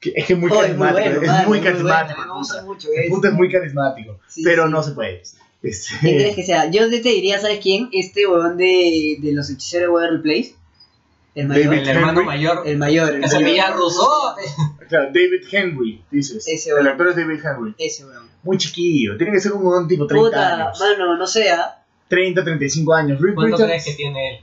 Speaker 2: Que- es que es muy
Speaker 3: Oh,
Speaker 2: carismático.
Speaker 3: bueno,
Speaker 2: es
Speaker 3: mano,
Speaker 2: muy
Speaker 3: bueno,
Speaker 2: carismático.
Speaker 3: me
Speaker 2: puta.
Speaker 3: gusta mucho
Speaker 2: El
Speaker 3: eso.
Speaker 2: puto es muy carismático,
Speaker 3: Sí,
Speaker 2: pero
Speaker 3: sí.
Speaker 2: no se puede. Este,
Speaker 3: ¿Quién crees que sea? Yo te diría, ¿sabes quién? Este huevón de, de los hechiceros de Waverly Place. El mayor.
Speaker 2: David-
Speaker 1: El hermano
Speaker 2: Henry.
Speaker 1: mayor.
Speaker 3: El mayor. El
Speaker 1: Que se
Speaker 3: mayor.
Speaker 1: veía ruso.
Speaker 2: *laughs* Claro, David Henry, dices.
Speaker 3: Ese
Speaker 2: el
Speaker 3: bueno.
Speaker 2: actor es David Henry.
Speaker 3: Ese huevón.
Speaker 2: Muy chiquillo, tiene que ser un huevón tipo 30
Speaker 3: Puta,
Speaker 2: años.
Speaker 3: mano, no ¿ah? sea.
Speaker 2: 30, 35 años. Rick
Speaker 1: ¿Cuánto
Speaker 2: Richards-
Speaker 1: crees que tiene él?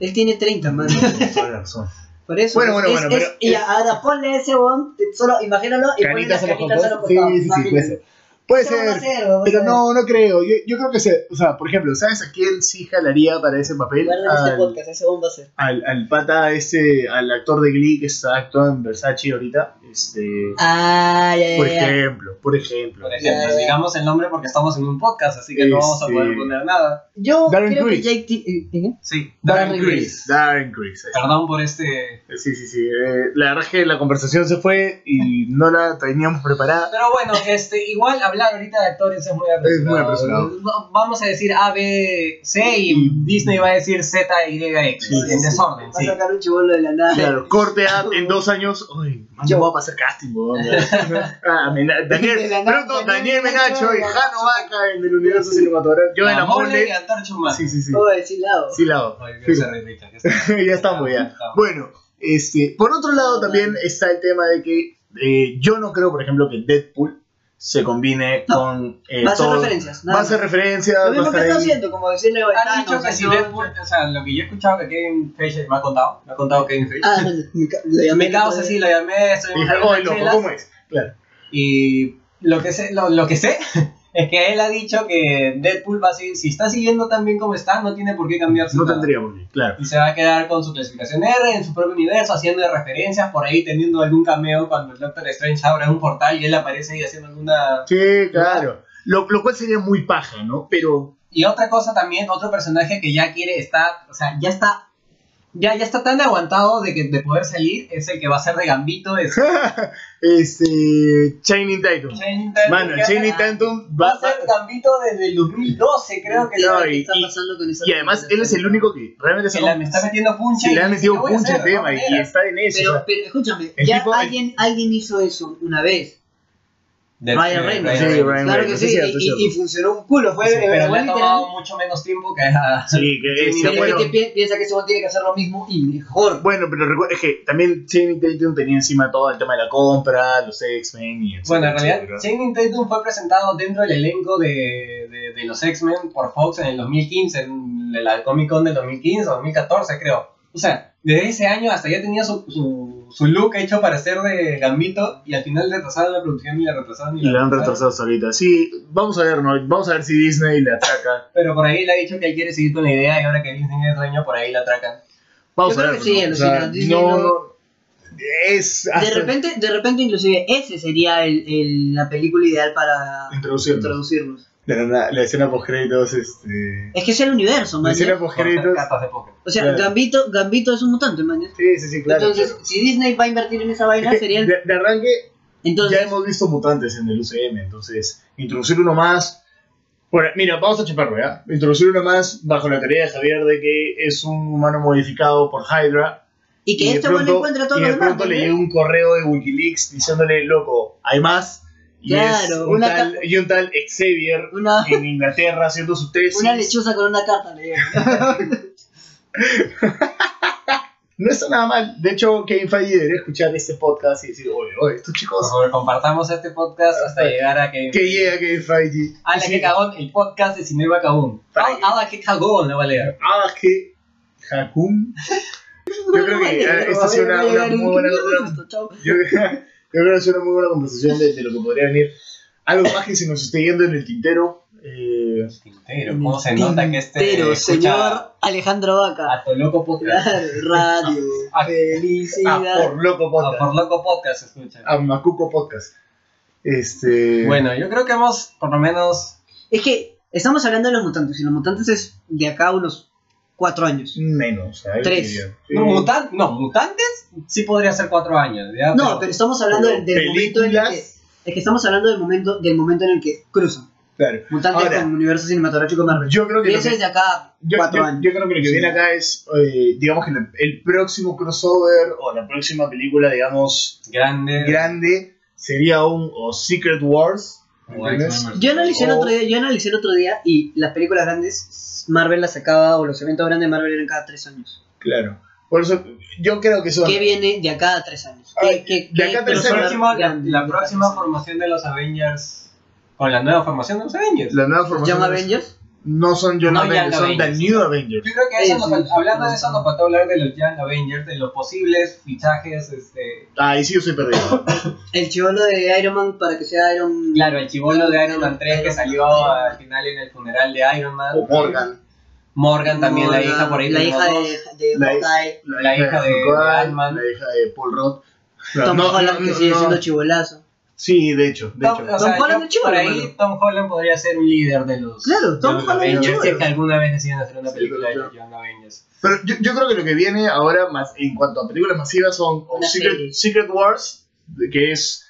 Speaker 3: Él tiene 30, mano.
Speaker 2: Toda la razón.
Speaker 3: Por eso.
Speaker 2: Bueno, bueno,
Speaker 3: es-
Speaker 2: bueno,
Speaker 3: es-
Speaker 2: pero
Speaker 3: Y
Speaker 2: es-
Speaker 3: ahora ponle ese huevón, te- solo imagínalo *laughs* y ponle
Speaker 2: Canitas
Speaker 3: las
Speaker 2: a los
Speaker 3: canitas a los
Speaker 2: costados. Sí,
Speaker 3: costados.
Speaker 2: sí, sí, puede ser. Puede
Speaker 3: Pero
Speaker 2: ser.
Speaker 3: no sé, weón,
Speaker 2: Pero
Speaker 3: o sea,
Speaker 2: no, no creo. Yo, yo creo que se. O sea, por ejemplo, ¿sabes a quién sí jalaría para ese papel?
Speaker 3: Guarden este
Speaker 2: Al,
Speaker 3: podcast, ese bomba se.
Speaker 2: al, al pata ese, al actor de Glee que está actuando en Versace ahorita. Este.
Speaker 3: Ah, ya,
Speaker 2: por
Speaker 3: ya, ya.
Speaker 2: ejemplo, por ejemplo.
Speaker 1: Por ejemplo,
Speaker 2: Eh,
Speaker 3: Ya, ya.
Speaker 1: digamos el nombre porque estamos en un podcast, así que no vamos a
Speaker 2: Este-
Speaker 1: poder poner nada.
Speaker 3: Yo
Speaker 2: Darren
Speaker 3: creo
Speaker 2: Criss.
Speaker 3: que Jake. T- eh, ¿eh?
Speaker 1: Sí,
Speaker 3: Darren
Speaker 1: Darren
Speaker 3: Criss.
Speaker 1: Chris.
Speaker 2: Darren Criss. ahí está.
Speaker 1: Perdón por este.
Speaker 2: Sí, sí, sí. eh, la verdad es que la conversación se fue y no la teníamos preparada.
Speaker 1: Pero bueno, este, igual hablar ahorita de actores es muy apresurado.
Speaker 2: Es muy apresurado. Mm.
Speaker 1: Va- Vamos a decir A, B, C y Disney va a decir Z, Y, X.
Speaker 2: Sí, sí,
Speaker 1: en
Speaker 2: sí.
Speaker 1: desorden,
Speaker 3: Va a
Speaker 1: sí.
Speaker 3: sacar un chivolo de la nada.
Speaker 2: Claro, *laughs* corte a, en dos años. Uy, man,
Speaker 3: Yo.
Speaker 2: yo voy a pasar casting, weón.
Speaker 3: *laughs*
Speaker 2: Ah, Mena- Daniel,
Speaker 3: De la nada,
Speaker 2: pronto,
Speaker 3: Daniel
Speaker 2: Daniel Menacho y
Speaker 3: Menacho.
Speaker 2: Jano Vaca en el universo cinematográfico. Yo en la
Speaker 1: mole y
Speaker 2: mole.
Speaker 1: Antorcha Humana.
Speaker 2: Sí, sí, sí.
Speaker 3: Todo de ese lado.
Speaker 2: Sí, la hago.
Speaker 1: Ay, que
Speaker 2: Fijo.
Speaker 1: se repita, que se repita.
Speaker 2: *laughs* ya estamos ya. Bueno, este, por otro lado también está el tema de que eh, yo no creo, por ejemplo, que Deadpool se combine
Speaker 3: No.
Speaker 2: con eh,
Speaker 3: Va a ser
Speaker 2: todo-
Speaker 3: referencias, nada
Speaker 2: Va a ser
Speaker 3: más.
Speaker 2: referencias.
Speaker 3: Lo
Speaker 2: va a
Speaker 3: mismo que
Speaker 2: estar
Speaker 3: está
Speaker 2: ahí.
Speaker 3: haciendo, como decirle a
Speaker 1: Han dicho
Speaker 3: Thanos,
Speaker 1: que si
Speaker 3: no,
Speaker 1: Deadpool, o sea, lo que yo he escuchado que Kevin Feige me ha contado, me ha contado Kevin Feige.
Speaker 3: Ah, me ca- le llamé
Speaker 1: me causa así, lo llamé, soy
Speaker 2: Y
Speaker 1: un
Speaker 2: dije,
Speaker 1: fan de
Speaker 2: "Oye, loco,
Speaker 1: chelas".
Speaker 2: ¿cómo es? Claro.
Speaker 1: Y lo que sé, lo, lo que sé *laughs* es que él ha dicho que Deadpool va a seguir, si está siguiendo tan bien como está, no tiene por qué cambiarse.
Speaker 2: No
Speaker 1: nada.
Speaker 2: tendría por qué, claro.
Speaker 1: Y se va a quedar con su clasificación R en su propio universo, haciendo de referencias por ahí, teniendo algún cameo cuando el Doctor Strange abra un portal y él aparece ahí haciendo alguna.
Speaker 2: Sí, claro. Lo, lo cual sería muy paja, ¿no? Pero
Speaker 1: Y otra cosa también, otro personaje que ya quiere estar, o sea, ya está. Ya, ya está tan aguantado de que de poder salir, es el que va a ser de gambito,
Speaker 2: *laughs*
Speaker 1: es
Speaker 2: este Chaining Tatum. Mano, Chaining Tatum
Speaker 1: va
Speaker 2: va,
Speaker 1: a ser gambito desde el 2012, creo que
Speaker 3: ¿qué
Speaker 2: No,
Speaker 3: está
Speaker 2: y-
Speaker 3: pasando con esa
Speaker 2: y además él es el único que realmente
Speaker 1: que
Speaker 2: se
Speaker 1: la- me está metiendo punche.
Speaker 2: se le ha metido
Speaker 1: punche
Speaker 2: punch al tema y, y está en eso. o
Speaker 3: Pero,
Speaker 2: sea,
Speaker 3: pero escúchame,
Speaker 2: El
Speaker 3: ya
Speaker 2: tipo-
Speaker 3: alguien, alguien hizo eso una vez. Ryan Reynolds.
Speaker 2: Sí, Ryan
Speaker 3: claro que
Speaker 2: Reynolds,
Speaker 3: sí,
Speaker 2: es cierto,
Speaker 3: y-
Speaker 2: es
Speaker 3: y,
Speaker 2: cierto.
Speaker 3: y funcionó un culo. Fue,
Speaker 1: Sí, pero le
Speaker 3: fue
Speaker 1: ha
Speaker 3: literal.
Speaker 1: tomado mucho menos tiempo que a...
Speaker 2: sí, que
Speaker 1: Sí,
Speaker 2: ese,
Speaker 3: Mira,
Speaker 1: mira,
Speaker 2: bueno,
Speaker 3: que pi- piensa que ese buen tiene que hacer lo mismo y mejor.
Speaker 2: bueno, pero recuerda es que también Channing Tatum tenía encima todo el tema de la compra, los X-Men y
Speaker 1: *laughs* Bueno, en
Speaker 2: etcétera,
Speaker 1: realidad,
Speaker 2: etcétera.
Speaker 1: Channing Tatum fue presentado dentro del elenco de, de, de los X-Men por Fox en el 2015, en la Comic Con del 2015 o 2014, creo. O sea, desde ese año hasta ya tenía su, su, su look hecho para ser de Gambito y al final retrasaron la producción y la retrasaron y
Speaker 2: Y
Speaker 1: la
Speaker 2: la han retrasado hasta ahorita. Sí, vamos a ver, ¿no? Vamos a ver si Disney le ataca.
Speaker 1: Pero por ahí le ha dicho que él quiere seguir con la idea y ahora que Disney es dueño, por ahí la atracan.
Speaker 2: Vamos
Speaker 3: Yo
Speaker 2: a
Speaker 3: creo
Speaker 2: ver.
Speaker 3: que sí,
Speaker 2: ¿no? O
Speaker 3: alucina,
Speaker 2: sea,
Speaker 3: Disney
Speaker 2: no,
Speaker 3: no-
Speaker 2: no- Es
Speaker 3: De
Speaker 2: hasta
Speaker 3: repente, de repente inclusive ese sería el, el- la película ideal para
Speaker 2: introducirnos.
Speaker 3: introducirnos.
Speaker 2: De la, na- la escena post créditos, este.
Speaker 3: Es que es el universo,
Speaker 2: La
Speaker 3: man.
Speaker 2: escena
Speaker 3: ¿ya?
Speaker 2: post
Speaker 1: Por
Speaker 2: créditos.
Speaker 1: cartas de póker.
Speaker 3: O sea,
Speaker 2: Claro.
Speaker 3: Gambito, Gambito es un mutante, man. ¿ya?
Speaker 2: Sí, sí, sí, claro.
Speaker 3: entonces, si Disney va a invertir en esa vaina,
Speaker 2: Es que
Speaker 3: sería el...
Speaker 2: de, de arranque,
Speaker 3: Entonces,
Speaker 2: ya hemos visto mutantes en el UCM, entonces introducir uno más. Bueno, mira, vamos a chuparlo, ¿ya? Introducir uno más bajo la teoría de Javier de que es un humano modificado por Hydra.
Speaker 3: y que
Speaker 2: de
Speaker 3: este bueno
Speaker 2: pronto-
Speaker 3: encuentra todo
Speaker 2: y
Speaker 3: lo
Speaker 2: de
Speaker 3: demás. ¿eh?
Speaker 2: pronto le
Speaker 3: ¿no?
Speaker 2: llega un correo de Wikileaks diciéndole, loco, hay más. Y,
Speaker 3: Claro,
Speaker 2: es un
Speaker 3: una
Speaker 2: tal, y un tal Xavier
Speaker 3: Una,
Speaker 2: en Inglaterra haciendo su tesis.
Speaker 3: una lechuza con una carta le llega.
Speaker 2: No está nada mal. De hecho, Kevin Feige debería escuchar este podcast y decir, oye, oye, estos
Speaker 1: Por
Speaker 2: chicos...
Speaker 1: favor, Pues, compartamos este podcast hasta llegar a que...
Speaker 2: Que llega Kevin Feige.
Speaker 3: Ah,
Speaker 1: A la
Speaker 2: Sí.
Speaker 1: que cagón, el podcast de Cinema Cagón. A, a la que cagón, la valera.
Speaker 2: Ah, que
Speaker 3: *laughs*
Speaker 2: Hakum. Yo creo que eh, esta ha sido una, una muy buena. una- yo, *laughs* yo creo que ha sido una muy buena conversación de, de lo que podría venir. Algo más que se nos esté yendo en el tintero. Eh,
Speaker 1: Tintero, ¿cómo se nota que este
Speaker 3: Pero,
Speaker 1: escucha
Speaker 3: señor Alejandro Vaca.
Speaker 1: a tu loco
Speaker 3: *laughs*
Speaker 1: podcast?
Speaker 3: Claro,
Speaker 2: *laughs*
Speaker 3: Radio,
Speaker 1: A-
Speaker 2: ah,
Speaker 3: felicidad.
Speaker 2: por loco
Speaker 1: A
Speaker 2: podcast.
Speaker 1: por loco podcast escucha.
Speaker 3: Ah,
Speaker 2: A Macuco podcast. Este.
Speaker 1: Bueno, yo creo que hemos, por lo menos,
Speaker 3: Es que estamos hablando de los mutantes, y los mutantes es de acá unos cuatro años.
Speaker 2: Menos. ¿sabes?
Speaker 3: Tres.
Speaker 2: Diría.
Speaker 1: no, mutan- no, mutantes sí podría ser cuatro años, ¿ya?
Speaker 3: No, pero estamos hablando del, del momento en el que.
Speaker 2: películas.
Speaker 3: Es que estamos hablando del momento, del momento en el que cruzan.
Speaker 2: Claro.
Speaker 3: Mutantes
Speaker 2: Ahora.
Speaker 3: con universo cinematográfico Marvel.
Speaker 2: Yo creo que.
Speaker 3: Y
Speaker 2: lo
Speaker 3: eso
Speaker 2: que-
Speaker 3: es de acá
Speaker 2: yo,
Speaker 3: cuatro
Speaker 2: yo-
Speaker 3: años.
Speaker 2: yo creo que lo que
Speaker 3: Sí.
Speaker 2: viene acá es, eh, digamos que el- el próximo crossover o la próxima película, digamos,
Speaker 1: grande.
Speaker 2: grande sería un o Secret Wars.
Speaker 1: o
Speaker 2: ¿entendés?
Speaker 1: X-Men.
Speaker 3: Yo analicé, el
Speaker 2: O-
Speaker 3: otro día, yo analicé el otro día y las películas grandes, Marvel las sacaba, o los eventos grandes de Marvel eran cada tres años.
Speaker 2: Claro. Por eso yo creo que eso
Speaker 3: ¿Qué viene de acá a tres años?
Speaker 2: Ah,
Speaker 3: ¿Qué, qué,
Speaker 2: de
Speaker 3: qué
Speaker 2: acá a tres
Speaker 1: La
Speaker 2: años.
Speaker 3: crossover
Speaker 1: próxima- la,
Speaker 3: grande?
Speaker 1: la próxima formación de los Avengers, con la nueva formación de los Avengers.
Speaker 2: la nueva formación
Speaker 3: ¿Llama
Speaker 2: de los-
Speaker 3: Avengers?
Speaker 2: no son John
Speaker 3: No
Speaker 2: Avengers,
Speaker 3: Young
Speaker 2: son The
Speaker 3: Avengers.
Speaker 2: New Avengers.
Speaker 1: Yo creo que eso
Speaker 3: Sí,
Speaker 1: nos
Speaker 3: sí,
Speaker 1: falta-
Speaker 3: sí,
Speaker 1: hablando
Speaker 3: sí.
Speaker 1: de eso nos faltó hablar de los Young Avengers, de los posibles fichajes, este...
Speaker 2: Ahí sí yo soy
Speaker 3: *laughs*
Speaker 2: perdido.
Speaker 3: El chivolo de Iron Man para que sea Iron
Speaker 1: Claro, el chibolo de Iron Man 3 que salió al final en el funeral de Iron Man.
Speaker 2: O Morgan.
Speaker 1: Morgan también, la hija por ahí.
Speaker 3: La
Speaker 1: de
Speaker 3: hija
Speaker 1: Modos.
Speaker 3: de, de
Speaker 2: La-
Speaker 3: Hawkeye,
Speaker 1: La hija de
Speaker 2: Hawkeye,
Speaker 1: Ant-Man.
Speaker 2: La hija de Paul Roth.
Speaker 3: Tom
Speaker 2: No,
Speaker 3: Holland
Speaker 2: no,
Speaker 3: que
Speaker 2: no,
Speaker 3: sigue
Speaker 2: no.
Speaker 3: siendo chivolazo.
Speaker 2: Sí, de hecho, de
Speaker 1: Tom,
Speaker 2: hecho.
Speaker 1: o sea,
Speaker 3: Tom Holland
Speaker 1: yo
Speaker 3: es chibolo,
Speaker 1: por ahí
Speaker 3: hermano.
Speaker 1: Tom Holland podría ser un líder de los...
Speaker 3: Claro, Tom
Speaker 1: de los
Speaker 3: Holland es
Speaker 1: Avengers, si es
Speaker 3: chivolo.
Speaker 1: que alguna vez deciden hacer una
Speaker 2: Sí,
Speaker 1: película de
Speaker 2: claro.
Speaker 1: los Young Avengers.
Speaker 2: Pero yo, yo creo que lo que viene ahora, más, en cuanto a películas masivas, son o
Speaker 3: Una
Speaker 2: Secret,
Speaker 3: serie.
Speaker 2: Secret Wars, de que es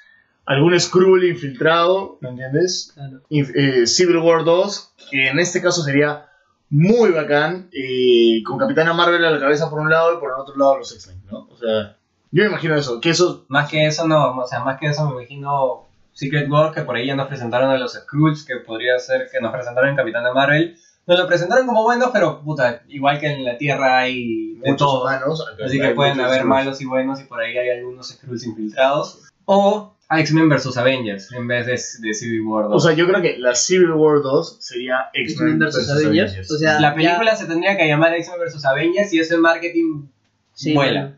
Speaker 2: algún Skrull infiltrado, ¿me entiendes?
Speaker 3: Claro.
Speaker 2: Inf- eh, Civil War 2, que en este caso sería muy bacán, eh, con Capitana Marvel a la cabeza por un lado y por el otro lado los X-Men, ¿no? O sea, yo me imagino eso, que eso...
Speaker 1: Más que eso, no. O sea, más que eso, me imagino Secret War, que por ahí ya nos presentaron a los Skrulls, que podría ser que nos presentaron en Capitana Marvel. Nos lo presentaron como buenos, pero puta, igual que en la Tierra hay de
Speaker 2: muchos
Speaker 1: todo.
Speaker 2: humanos,
Speaker 1: Así que
Speaker 2: hay
Speaker 1: pueden
Speaker 2: muchos
Speaker 1: haber
Speaker 2: Skrulls.
Speaker 1: malos y buenos, y por ahí hay algunos Skrulls infiltrados. O X-Men vs Avengers, en vez de, de Civil War.
Speaker 2: O sea, yo creo que la Civil War 2 sería X-Men versus Avengers.
Speaker 3: O sea,
Speaker 1: la
Speaker 3: ya-
Speaker 1: película se tendría que llamar X-Men vs Avengers y eso en marketing
Speaker 3: sí,
Speaker 1: vuela.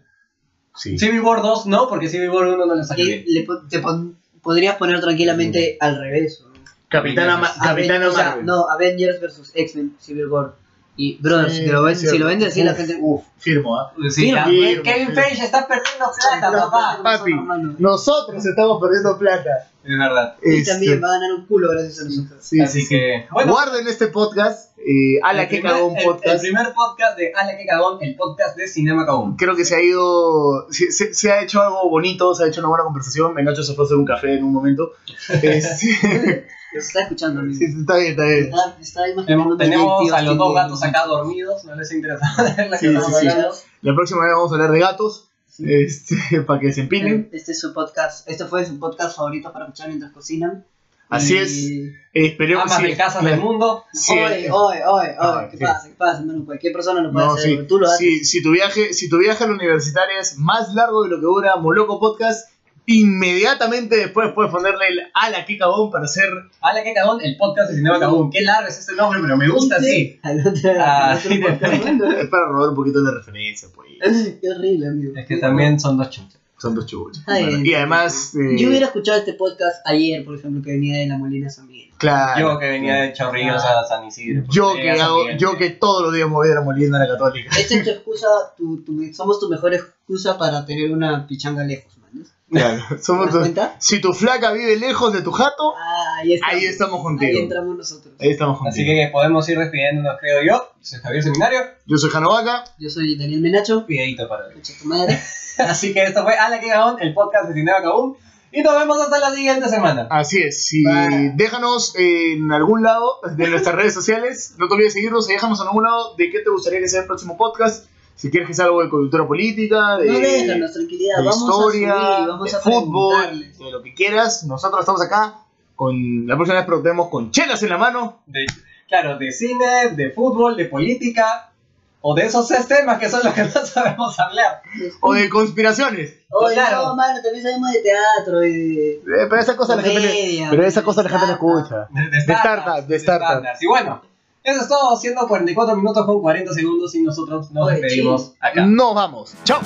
Speaker 2: Sí.
Speaker 1: Civil War 2 no, porque Civil War 1 no lo salió
Speaker 3: Y
Speaker 1: Ah, bien.
Speaker 3: le pon- te pon- podrías poner tranquilamente al revés. ¿no?
Speaker 2: Capitana, Ma- Capitana
Speaker 3: Aven- o sea,
Speaker 2: Marvel.
Speaker 3: no, Avengers vs X-Men, Civil War. Y, brother, si, te lo ven,
Speaker 2: venden
Speaker 3: si lo venden así, la gente.
Speaker 2: Uf, firmo, ¿ah?
Speaker 1: Sí, la-
Speaker 2: Firmo,
Speaker 1: Kevin
Speaker 2: firmo.
Speaker 1: Feige está perdiendo plata,
Speaker 3: Está
Speaker 1: papá.
Speaker 2: Papi,
Speaker 3: hermano.
Speaker 2: nosotros estamos perdiendo plata.
Speaker 1: Es verdad.
Speaker 3: Y
Speaker 2: Este,
Speaker 3: también va a ganar un culo gracias a nosotros.
Speaker 2: sí,
Speaker 1: Así
Speaker 2: sí, sí.
Speaker 1: que, bueno.
Speaker 2: Guarden este podcast. eh, a la
Speaker 1: el
Speaker 2: que
Speaker 1: primer-
Speaker 2: cagó un
Speaker 1: el-
Speaker 2: podcast.
Speaker 1: El, primer podcast de A la que cagón, el podcast de Cinema Cagón.
Speaker 2: Creo que se ha ido. Se, se- se ha hecho algo bonito, se ha hecho una buena conversación. Me engancho, se fue a hacer un café en un
Speaker 3: *laughs*
Speaker 2: momento. Este, *laughs* sí,
Speaker 3: Los está escuchando, amigo.
Speaker 2: está bien, está bien.
Speaker 3: Está, está imaginando
Speaker 1: Tenemos
Speaker 3: directivos
Speaker 1: a los dos
Speaker 3: que-
Speaker 1: gatos acá dormidos, no les interesa *laughs* ver la que
Speaker 2: Sí,
Speaker 1: estamos
Speaker 2: sí, sí.
Speaker 1: hablando.
Speaker 2: La próxima vez vamos a hablar de gatos.
Speaker 3: Sí.
Speaker 2: Este, *laughs* para que se empinen.
Speaker 3: Este es su podcast. Este fue su podcast favorito para escuchar mientras cocinan. Eh,
Speaker 2: Así
Speaker 3: Y-
Speaker 2: es. Eh, Esperemos
Speaker 1: Amas
Speaker 2: sí,
Speaker 1: de casas del mundo.
Speaker 2: sí,
Speaker 3: Oye, oye, oye,
Speaker 2: Ah,
Speaker 3: oye, ¿qué
Speaker 2: sí.
Speaker 3: pasa? ¿Qué pasa? hermano? cualquier persona lo puede
Speaker 2: No,
Speaker 3: hacer.
Speaker 2: sí.
Speaker 3: Tú lo haces.
Speaker 2: Si, si tu viaje, si tu viaje a la universitaria es más largo de lo que dura Moloco Podcast, inmediatamente después puedes ponerle el ala que cagón para hacer
Speaker 1: A la que cagón, el podcast de Cinema Cagón. Qué largo es este nombre, pero me gusta así.
Speaker 3: *laughs* Al otro-
Speaker 1: Ah,
Speaker 3: al otro
Speaker 1: sí,
Speaker 3: podcast.
Speaker 2: *laughs* es para robar un poquito de referencia, pues.
Speaker 3: *laughs* Qué horrible, amigo.
Speaker 1: Es que también son dos chuchas.
Speaker 2: Son dos chulos.
Speaker 3: Está bien.
Speaker 2: Y además, eh,
Speaker 3: Yo hubiera escuchado este podcast ayer, por ejemplo, que venía de la Molina San Miguel.
Speaker 2: claro,
Speaker 1: Yo que venía de Chorrillos a San Isidro.
Speaker 2: Ah,
Speaker 1: pues,
Speaker 2: yo
Speaker 1: Llegué
Speaker 2: que
Speaker 1: a San
Speaker 2: hago,
Speaker 1: Miguel.
Speaker 2: yo que todos los días me voy a la molienda a la católica. *laughs*
Speaker 3: Esta es tu excusa, tu, tu- somos tu mejor excusa para tener una pichanga lejos, man.
Speaker 2: Claro.
Speaker 3: ¿Te
Speaker 2: Somos
Speaker 3: das
Speaker 2: tu-
Speaker 3: cuenta?
Speaker 2: si tu flaca vive lejos de tu jato,
Speaker 3: Ah, ahí estamos.
Speaker 2: Ahí estamos contigo.
Speaker 3: Ahí entramos nosotros.
Speaker 2: ahí estamos juntos.
Speaker 1: Así que podemos ir despidiéndonos, creo yo. Soy Javier Seminario.
Speaker 2: Yo soy Janovaca.
Speaker 3: Yo soy Daniel Menacho.
Speaker 1: Videito para hoy.
Speaker 3: Concha tu
Speaker 2: *laughs*
Speaker 3: madre.
Speaker 1: *laughs* Así que esto fue A la que cagón, el podcast de Cinema Cagón. Y nos vemos hasta la siguiente semana.
Speaker 2: Así es, si
Speaker 3: Bye.
Speaker 2: déjanos en algún lado de nuestras redes sociales, no te olvides de seguirnos y déjanos en algún lado de qué te gustaría que sea el próximo podcast, si quieres que sea algo de cultura política, de,
Speaker 3: No déjanos, tranquilidad.
Speaker 2: de
Speaker 3: vamos
Speaker 2: historia,
Speaker 3: a subir, vamos
Speaker 2: de
Speaker 3: a
Speaker 2: fútbol,
Speaker 3: preguntarles.
Speaker 2: de lo que quieras, nosotros estamos acá, con la próxima vez preguntemos con chelas en la mano,
Speaker 1: De- claro, de cine, de fútbol, de política. O de esos tres temas que son los que *laughs* no sabemos hablar.
Speaker 2: o de conspiraciones, Eh,
Speaker 3: Oye,
Speaker 1: Claro.
Speaker 3: no, mano, también sabemos de teatro y de...
Speaker 2: pero esa cosa la gente, le-
Speaker 3: Comedia,
Speaker 2: pero esa cosa la gente no
Speaker 3: startup.
Speaker 2: escucha.
Speaker 1: De,
Speaker 2: De startups, de startups.
Speaker 1: startups. Y bueno, eso es todo. Siendo 44 minutos con 40 segundos y nosotros nos
Speaker 3: Oye,
Speaker 1: despedimos acá.
Speaker 2: Nos vamos, chao.